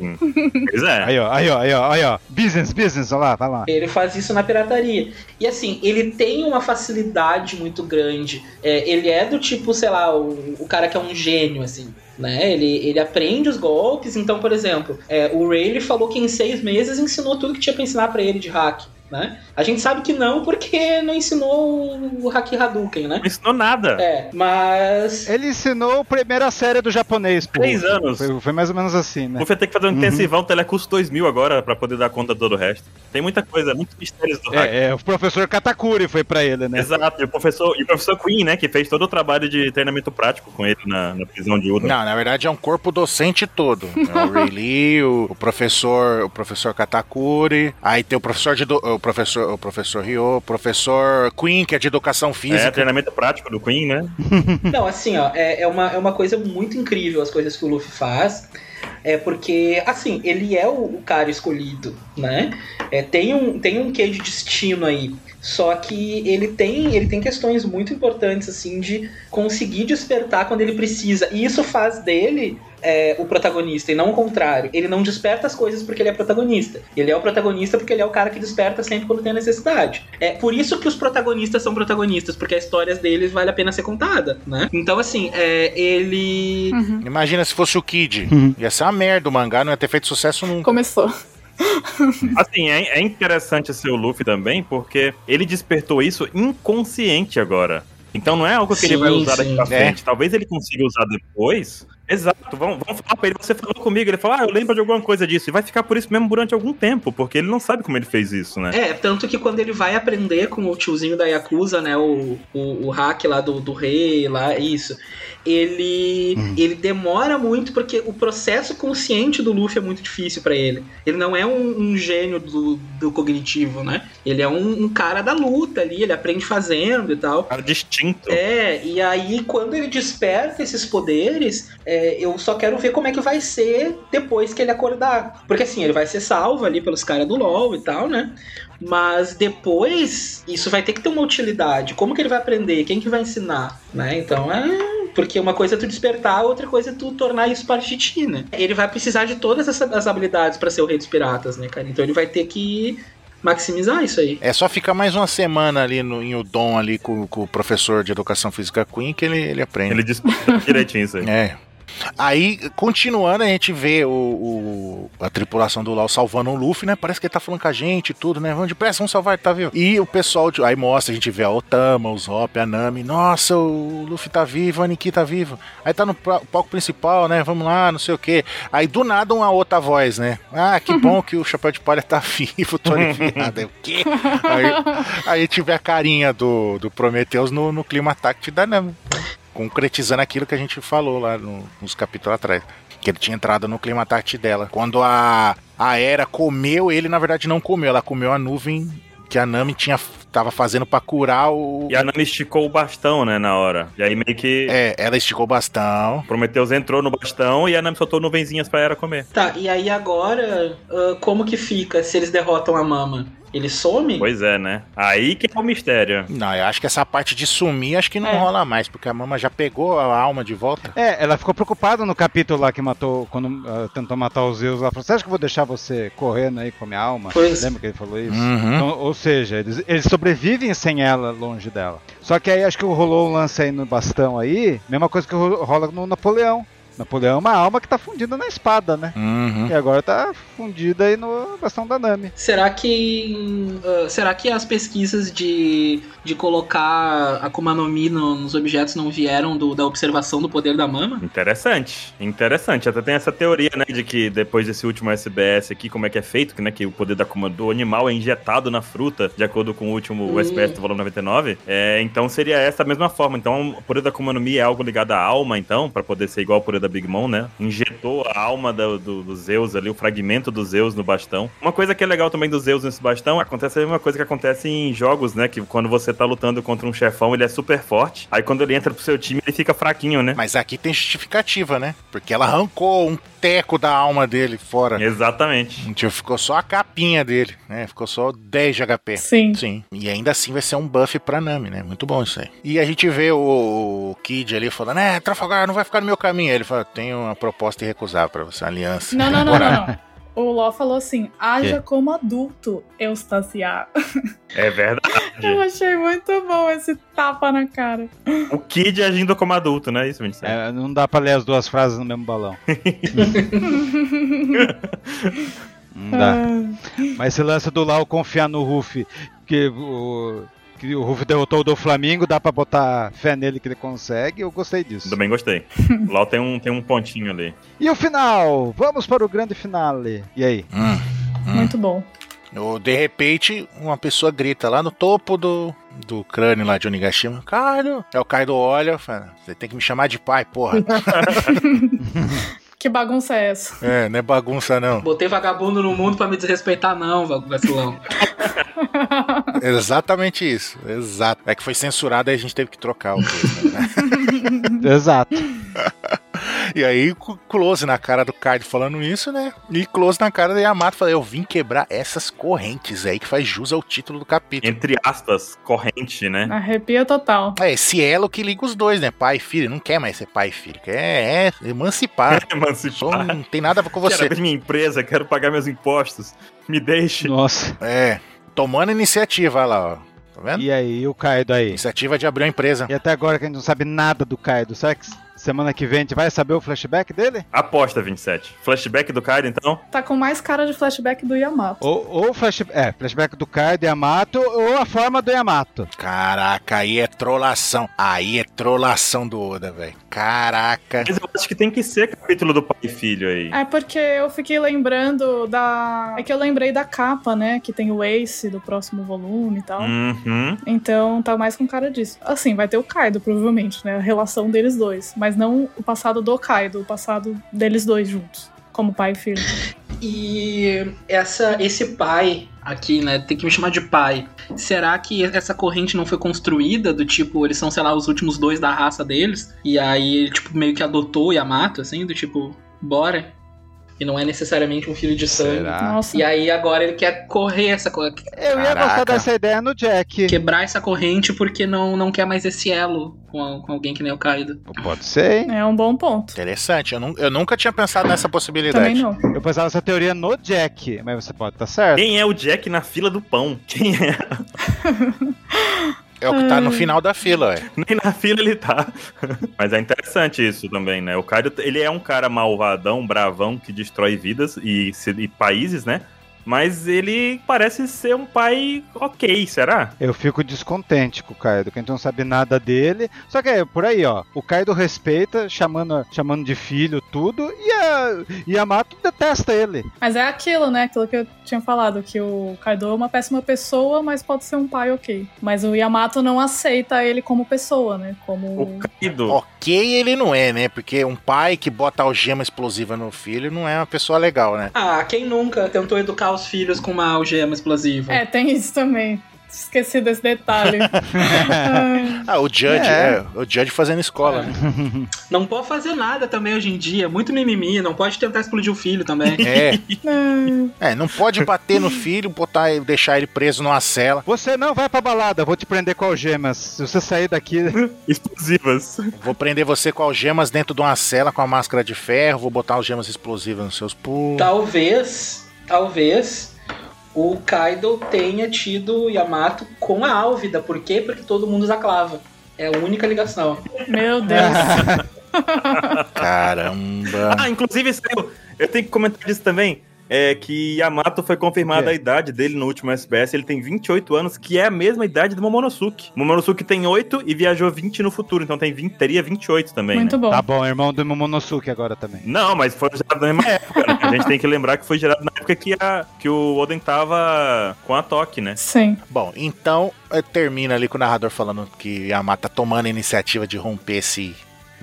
[SPEAKER 2] Pois é.
[SPEAKER 4] Aí, ó, aí, ó, aí, ó, aí, ó. Business, business, olha lá, vai lá.
[SPEAKER 5] Ele faz isso na pirataria. E assim, ele tem uma facilidade muito grande. É, ele é do tipo, sei lá, o, o cara que é um gênio, assim. Né? Ele, ele aprende os golpes. Então, por exemplo, é, o Ray ele falou que em seis meses ensinou tudo que tinha pra ensinar pra ele de hack. né? A gente sabe que não, porque não ensinou o Haki Hadouken, né?
[SPEAKER 2] Não ensinou nada.
[SPEAKER 5] É, mas.
[SPEAKER 4] Ele ensinou a primeira série do japonês, pô.
[SPEAKER 2] Três anos.
[SPEAKER 4] Foi, foi mais ou menos assim,
[SPEAKER 2] O
[SPEAKER 4] né?
[SPEAKER 2] Luffy vai ter que fazer um
[SPEAKER 4] Uhum.
[SPEAKER 2] intensivão Telecurso 2000 agora pra poder dar conta de todo o resto. Tem muita coisa, muitos mistérios do hack.
[SPEAKER 4] É, é, o professor Katakuri foi pra ele, né?
[SPEAKER 2] Exato, e o, professor, e o professor Queen, né, que fez todo o trabalho de treinamento prático com ele na, na prisão de Udon.
[SPEAKER 1] Não, na verdade é um corpo docente todo. É o Ray Lee, o, o professor, o professor Katakuri, aí tem o professor de do- o professor, o professor Ryo, o professor Queen, que é de educação
[SPEAKER 2] É,
[SPEAKER 1] física.
[SPEAKER 2] treinamento prático do Queen, né?
[SPEAKER 5] Não, assim, ó, é, é uma, é uma coisa muito incrível as coisas que o Luffy faz. É porque, assim, ele é o, o cara escolhido, né? É, tem, um, tem um quê de destino aí. Só que ele tem, ele tem questões muito importantes, assim, de conseguir despertar quando ele precisa. E isso faz dele é, o protagonista, e não o contrário. Ele não desperta as coisas porque ele é protagonista. Ele é o protagonista porque ele é o cara que desperta sempre quando tem necessidade. É por isso que os protagonistas são protagonistas, porque as histórias deles vale a pena ser contada, né? Então, assim, é, ele.
[SPEAKER 3] Uhum.
[SPEAKER 1] Imagina se fosse o Kid.
[SPEAKER 4] Uhum.
[SPEAKER 1] Ia ser uma merda, o mangá não ia ter feito sucesso nunca.
[SPEAKER 3] Começou.
[SPEAKER 2] Assim, é, é interessante ser o Luffy também, porque ele despertou isso inconsciente agora. Então não é algo que ele
[SPEAKER 5] Sim,
[SPEAKER 2] vai usar
[SPEAKER 5] sim.
[SPEAKER 2] daqui pra
[SPEAKER 1] É.
[SPEAKER 2] frente. Talvez ele consiga usar depois. Exato, vamos, vamos falar pra ele. Você falou comigo, ele falou, ah, eu lembro de alguma coisa disso. E vai ficar por isso mesmo durante algum tempo, porque ele não sabe como ele fez isso, né?
[SPEAKER 5] É, tanto que quando ele vai aprender com o tiozinho da Yakuza, né? O, o, o hack lá do, do rei, lá, isso. Ele, ele demora muito porque o processo consciente do Luffy é muito difícil pra ele. Ele não é um, um gênio do, do cognitivo, né? Ele é um, um cara da luta ali, ele aprende fazendo e tal.
[SPEAKER 2] Cara distinto.
[SPEAKER 5] É, e aí quando ele desperta esses poderes, é, eu só quero ver como é que vai ser depois que ele acordar. Porque assim, ele vai ser salvo ali pelos caras do LoL e tal, né? Mas depois, isso vai ter que ter uma utilidade. Como que ele vai aprender? Quem que vai ensinar? Né? Então é. Porque uma coisa é tu despertar, outra coisa é tu tornar isso parte de ti, né? Ele vai precisar de todas essas as habilidades pra ser o rei dos piratas, né, cara? Então ele vai ter que maximizar isso aí.
[SPEAKER 1] É só ficar mais uma semana ali no, em Udon ali com, com o professor de educação física Queen que ele, ele aprende.
[SPEAKER 2] Ele despertou direitinho isso aí.
[SPEAKER 1] É. Aí, continuando, a gente vê o, o- a tripulação do Lau salvando o Luffy, né? Parece que ele tá falando com a gente e tudo, né? Vamos depressa, vamos salvar, ele, tá vivo. E o pessoal, de- aí mostra, a gente vê a Otama, o Zop, a Nami. Nossa, o Luffy tá vivo, a Aniki tá vivo. Aí tá no pra- palco principal, né? Vamos lá, não sei o quê. Aí do nada uma outra voz, né? Ah, que bom que o Chapéu de Palha tá vivo, tô aliviado. É o quê? Aí, aí tive a carinha do, do Prometheus no, no clima táctil da Nami concretizando aquilo que a gente falou lá no- nos capítulos atrás. Que ele tinha entrado no climatarte dela. Quando a, a Era comeu, ele na verdade não comeu, ela comeu a nuvem que a Nami tinha, tava fazendo pra curar o.
[SPEAKER 2] E a Nami esticou o bastão, né, na hora. E aí meio que
[SPEAKER 1] É, ela esticou o bastão.
[SPEAKER 2] Prometheus entrou no bastão e a Nami soltou nuvenzinhas pra Era comer.
[SPEAKER 5] Tá, e aí agora, ah, como que fica se eles derrotam a mama? Ele some?
[SPEAKER 2] Pois é, né? Aí que é o mistério.
[SPEAKER 1] Não, eu acho que essa parte de sumir, acho que não
[SPEAKER 3] É.
[SPEAKER 1] rola mais, porque a mama já pegou a alma de volta.
[SPEAKER 4] É, ela ficou preocupada no capítulo lá que matou, quando ah, tentou matar os Zeus lá. Falou, você acha que eu vou deixar você correndo aí com a minha alma?
[SPEAKER 5] Pois.
[SPEAKER 4] Lembra que ele falou isso?
[SPEAKER 1] Uhum.
[SPEAKER 4] Então, ou seja, eles, eles sobrevivem sem ela longe dela. Só que aí acho que rolou um lance aí no bastão aí, mesma coisa que ro- rola no Napoleão. Napoleão é uma alma que tá fundida na espada, né?
[SPEAKER 1] Uhum.
[SPEAKER 4] E agora tá fundida aí no bastão da Nami.
[SPEAKER 5] Será que. ah, será que as pesquisas de, de colocar a Akuma no Mi no- nos objetos não vieram do- da observação do poder da mama?
[SPEAKER 2] Interessante, interessante. Até tem essa teoria, né, de que depois desse último SBS aqui, como é que é feito, que, né, que o poder da Akuma do animal é injetado na fruta, de acordo com o último
[SPEAKER 5] Hum.
[SPEAKER 2] SBS do volume 99. É, então seria essa a mesma forma. Então o poder da Akuma no Mi é algo ligado à alma, então, pra poder ser igual ao poder da Big Mom, né? Injetou a alma do, do- do Zeus ali, o fragmento do Zeus no bastão. Uma coisa que é legal também do Zeus nesse bastão, acontece a mesma coisa que acontece em jogos, né, que quando você tá lutando contra um chefão, ele é super forte. Aí quando ele entra pro seu time, ele fica fraquinho, né?
[SPEAKER 1] Mas aqui tem justificativa, né? Porque ela arrancou um teco da alma dele fora.
[SPEAKER 2] Exatamente.
[SPEAKER 3] É.
[SPEAKER 1] Tipo, ficou só a capinha dele, né? Ficou só 10 de HP.
[SPEAKER 3] Sim.
[SPEAKER 1] Sim. E ainda assim vai ser um buff pra Nami, né? Muito bom isso aí. E a gente vê o, o Kid ali falando, é, Trafalgar não vai ficar no meu caminho. Aí Ele fala, tenho uma proposta irrecusável pra você, uma aliança.
[SPEAKER 3] Não, não, não,
[SPEAKER 1] temporária."
[SPEAKER 3] não. não. O Ló falou assim: haja como adulto, Eustaciar.
[SPEAKER 2] É
[SPEAKER 3] Eu
[SPEAKER 2] verdade.
[SPEAKER 3] achei muito bom esse tapa na cara.
[SPEAKER 2] o Kid agindo como adulto, né? Isso, Vinícius?
[SPEAKER 4] É, não dá pra ler as duas frases no mesmo balão.
[SPEAKER 3] Ah.
[SPEAKER 4] Não dá. Mas esse lance do Lau confiar no Ruff, que o, que o Ruff derrotou o do Flamengo, dá pra botar fé nele que ele consegue, eu gostei disso.
[SPEAKER 2] Também gostei. Lá tem um, tem um pontinho ali.
[SPEAKER 4] E o final? Vamos para o grande finale. E aí? Hum.
[SPEAKER 3] Muito bom.
[SPEAKER 1] Eu, Hum. de repente, uma pessoa grita lá no topo do, do crânio lá de Onigashima. Caralho! É o Kaido olha e fala, você tem que me chamar de pai, porra.
[SPEAKER 3] Que bagunça é essa?
[SPEAKER 1] é, não é bagunça não.
[SPEAKER 5] Botei vagabundo no mundo pra me desrespeitar, não, va- vacilão.
[SPEAKER 1] Exatamente isso. Exato. É que foi censurado e a gente teve que trocar o termo, né?
[SPEAKER 4] Exato.
[SPEAKER 1] E aí, cu- close na cara do Kaido falando isso, né? E close na cara da Yamato falando, eu vim quebrar essas correntes aí que faz jus ao título do capítulo.
[SPEAKER 2] Entre aspas, corrente,
[SPEAKER 4] Hum.
[SPEAKER 2] né?
[SPEAKER 3] Arrepia total.
[SPEAKER 1] É esse elo que liga os dois, né? Pai e filho. Não quer mais ser pai e filho. Quer é, emancipar. Só
[SPEAKER 2] Emancipar.
[SPEAKER 1] não tem nada a ver com
[SPEAKER 2] Quero
[SPEAKER 1] você.
[SPEAKER 2] abrir minha empresa, quero pagar meus impostos. Me deixe.
[SPEAKER 4] Nossa.
[SPEAKER 1] É. Tomando iniciativa olha lá, ó. Tá vendo?
[SPEAKER 4] E aí, e o Kaido aí?
[SPEAKER 1] Iniciativa de abrir uma empresa.
[SPEAKER 4] E até agora que a gente não sabe nada do Kaido, será que semana que vem a gente vai saber o flashback dele?
[SPEAKER 2] Aposta 27. Flashback do Kaido, então?
[SPEAKER 3] Tá com mais cara de flashback do Yamato.
[SPEAKER 4] Ou, ou flash, é, flashback do Kaido Yamato, ou a forma do Yamato.
[SPEAKER 1] Caraca, aí é trolação. Aí é trolação do Oda, velho. Caraca.
[SPEAKER 2] Mas eu acho que tem que ser capítulo do pai e filho aí.
[SPEAKER 3] É porque eu fiquei lembrando da. É que eu lembrei da capa, né? Que tem o Ace do próximo volume e tal.
[SPEAKER 2] Uhum.
[SPEAKER 3] Então tá mais com cara disso. Assim, vai ter o Kaido, provavelmente, né? A relação deles dois. Mas não o passado do Kaido, o passado deles dois juntos. Como pai e filho.
[SPEAKER 5] E essa, esse pai aqui, né? Tem que me chamar de pai. Será que essa corrente não foi construída? Do tipo, eles são, sei lá, os últimos dois da raça deles. E aí ele, tipo, meio que adotou o Yamato, assim, do tipo, bora. E não é necessariamente um filho de sangue.
[SPEAKER 2] Ah.
[SPEAKER 3] Nossa.
[SPEAKER 5] E aí agora ele quer correr essa co-
[SPEAKER 4] Eu ia
[SPEAKER 1] Caraca.
[SPEAKER 4] gostar dessa ideia no Jack.
[SPEAKER 5] quebrar essa corrente porque não, não quer mais esse elo com, a- com alguém que nem o Kaido.
[SPEAKER 4] Pode ser, hein?
[SPEAKER 3] É um bom ponto.
[SPEAKER 1] Interessante. Eu, nun- eu nunca tinha pensado nessa possibilidade.
[SPEAKER 3] Também não.
[SPEAKER 4] Eu pensava essa teoria no Jack, mas você pode estar certo.
[SPEAKER 2] Quem é o Jack na fila do pão? Quem é?
[SPEAKER 1] É o que tá no final da fila, ué.
[SPEAKER 2] Nem na fila ele tá. Mas é interessante isso também, né? O Kaido, ele é um cara malvadão, bravão, que destrói vidas e, se- e países, né? Mas ele parece ser um pai ok, será?
[SPEAKER 4] Eu fico descontente com o Kaido, que a gente não sabe nada dele. Só que é por aí, ó. O Kaido respeita, chamando, chamando de filho, tudo, e a e Yamato detesta ele.
[SPEAKER 3] Mas é aquilo, né? Aquilo que eu tinha falado, que o Kaido é uma péssima pessoa, mas pode ser um pai ok. Mas o Yamato não aceita ele como pessoa, né?
[SPEAKER 2] O
[SPEAKER 3] Como.
[SPEAKER 2] Kaido.
[SPEAKER 1] Ok, ele não é, né? Porque um pai que bota algema explosiva no filho não é uma pessoa legal, né?
[SPEAKER 5] Ah, quem nunca tentou educar os filhos com uma algema explosiva?
[SPEAKER 3] É, tem isso também. Esqueci desse detalhe. Ai,
[SPEAKER 1] Ah, o Judge,
[SPEAKER 4] É.
[SPEAKER 1] é. o Judge fazendo escola, né?
[SPEAKER 5] É. Não pode fazer nada também hoje em dia, muito mimimi, não pode tentar explodir o filho também.
[SPEAKER 1] É,
[SPEAKER 3] ai.
[SPEAKER 1] é, não pode bater no filho, botar, ele- deixar ele preso numa cela.
[SPEAKER 4] Você não vai pra balada, vou te prender com algemas. Se você sair daqui,
[SPEAKER 2] Explosivas.
[SPEAKER 1] Vou prender você com algemas dentro de uma cela com a máscara de ferro, vou botar algemas explosivas nos seus pulos.
[SPEAKER 5] Tá. Talvez, talvez o Kaido tenha tido o Yamato com a Álvida. Por quê? Porque todo mundo usa clava. É a única ligação.
[SPEAKER 3] Meu Deus.
[SPEAKER 1] Caramba.
[SPEAKER 2] Ah, inclusive, saiu. Eu tenho que comentar disso também. É que Yamato foi confirmada
[SPEAKER 4] É.
[SPEAKER 2] a idade dele no último SBS. Ele tem 28 anos, que é a mesma idade do Momonosuke. Momonosuke tem 8 e viajou 20 no futuro, então tem 20, teria 28 também.
[SPEAKER 3] Muito
[SPEAKER 2] né?
[SPEAKER 3] bom.
[SPEAKER 4] Tá bom, irmão do Momonosuke agora também.
[SPEAKER 2] Não, mas foi gerado na mesma época. Né? A gente tem que lembrar que foi gerado na época que, a, que o Oden tava com a Toque, né?
[SPEAKER 3] Sim.
[SPEAKER 1] Bom, então eh, termina ali com o narrador falando que Yamato tá tomando a iniciativa de romper esse.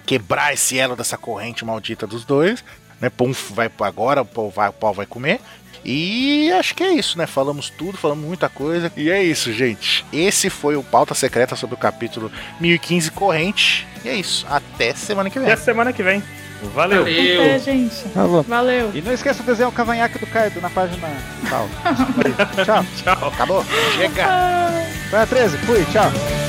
[SPEAKER 1] quebrar esse elo dessa corrente maldita dos dois. Né? Pum, vai pra agora, o pau vai, o pau vai comer. E acho que é isso, né? Falamos tudo, falamos muita coisa. E é isso, gente. Esse foi o Pauta Secreta sobre o capítulo 1015 Corrente. E é isso. Até semana que
[SPEAKER 2] Até
[SPEAKER 1] vem.
[SPEAKER 2] É. semana que vem. Valeu.
[SPEAKER 3] Até, gente.
[SPEAKER 4] Falou.
[SPEAKER 3] Valeu.
[SPEAKER 4] E não esqueça de desenhar o cavanhaque do Kaido na página tal. Tchau.
[SPEAKER 2] Tchau.
[SPEAKER 1] Acabou? Chega!
[SPEAKER 4] Vai a 13, fui, tchau.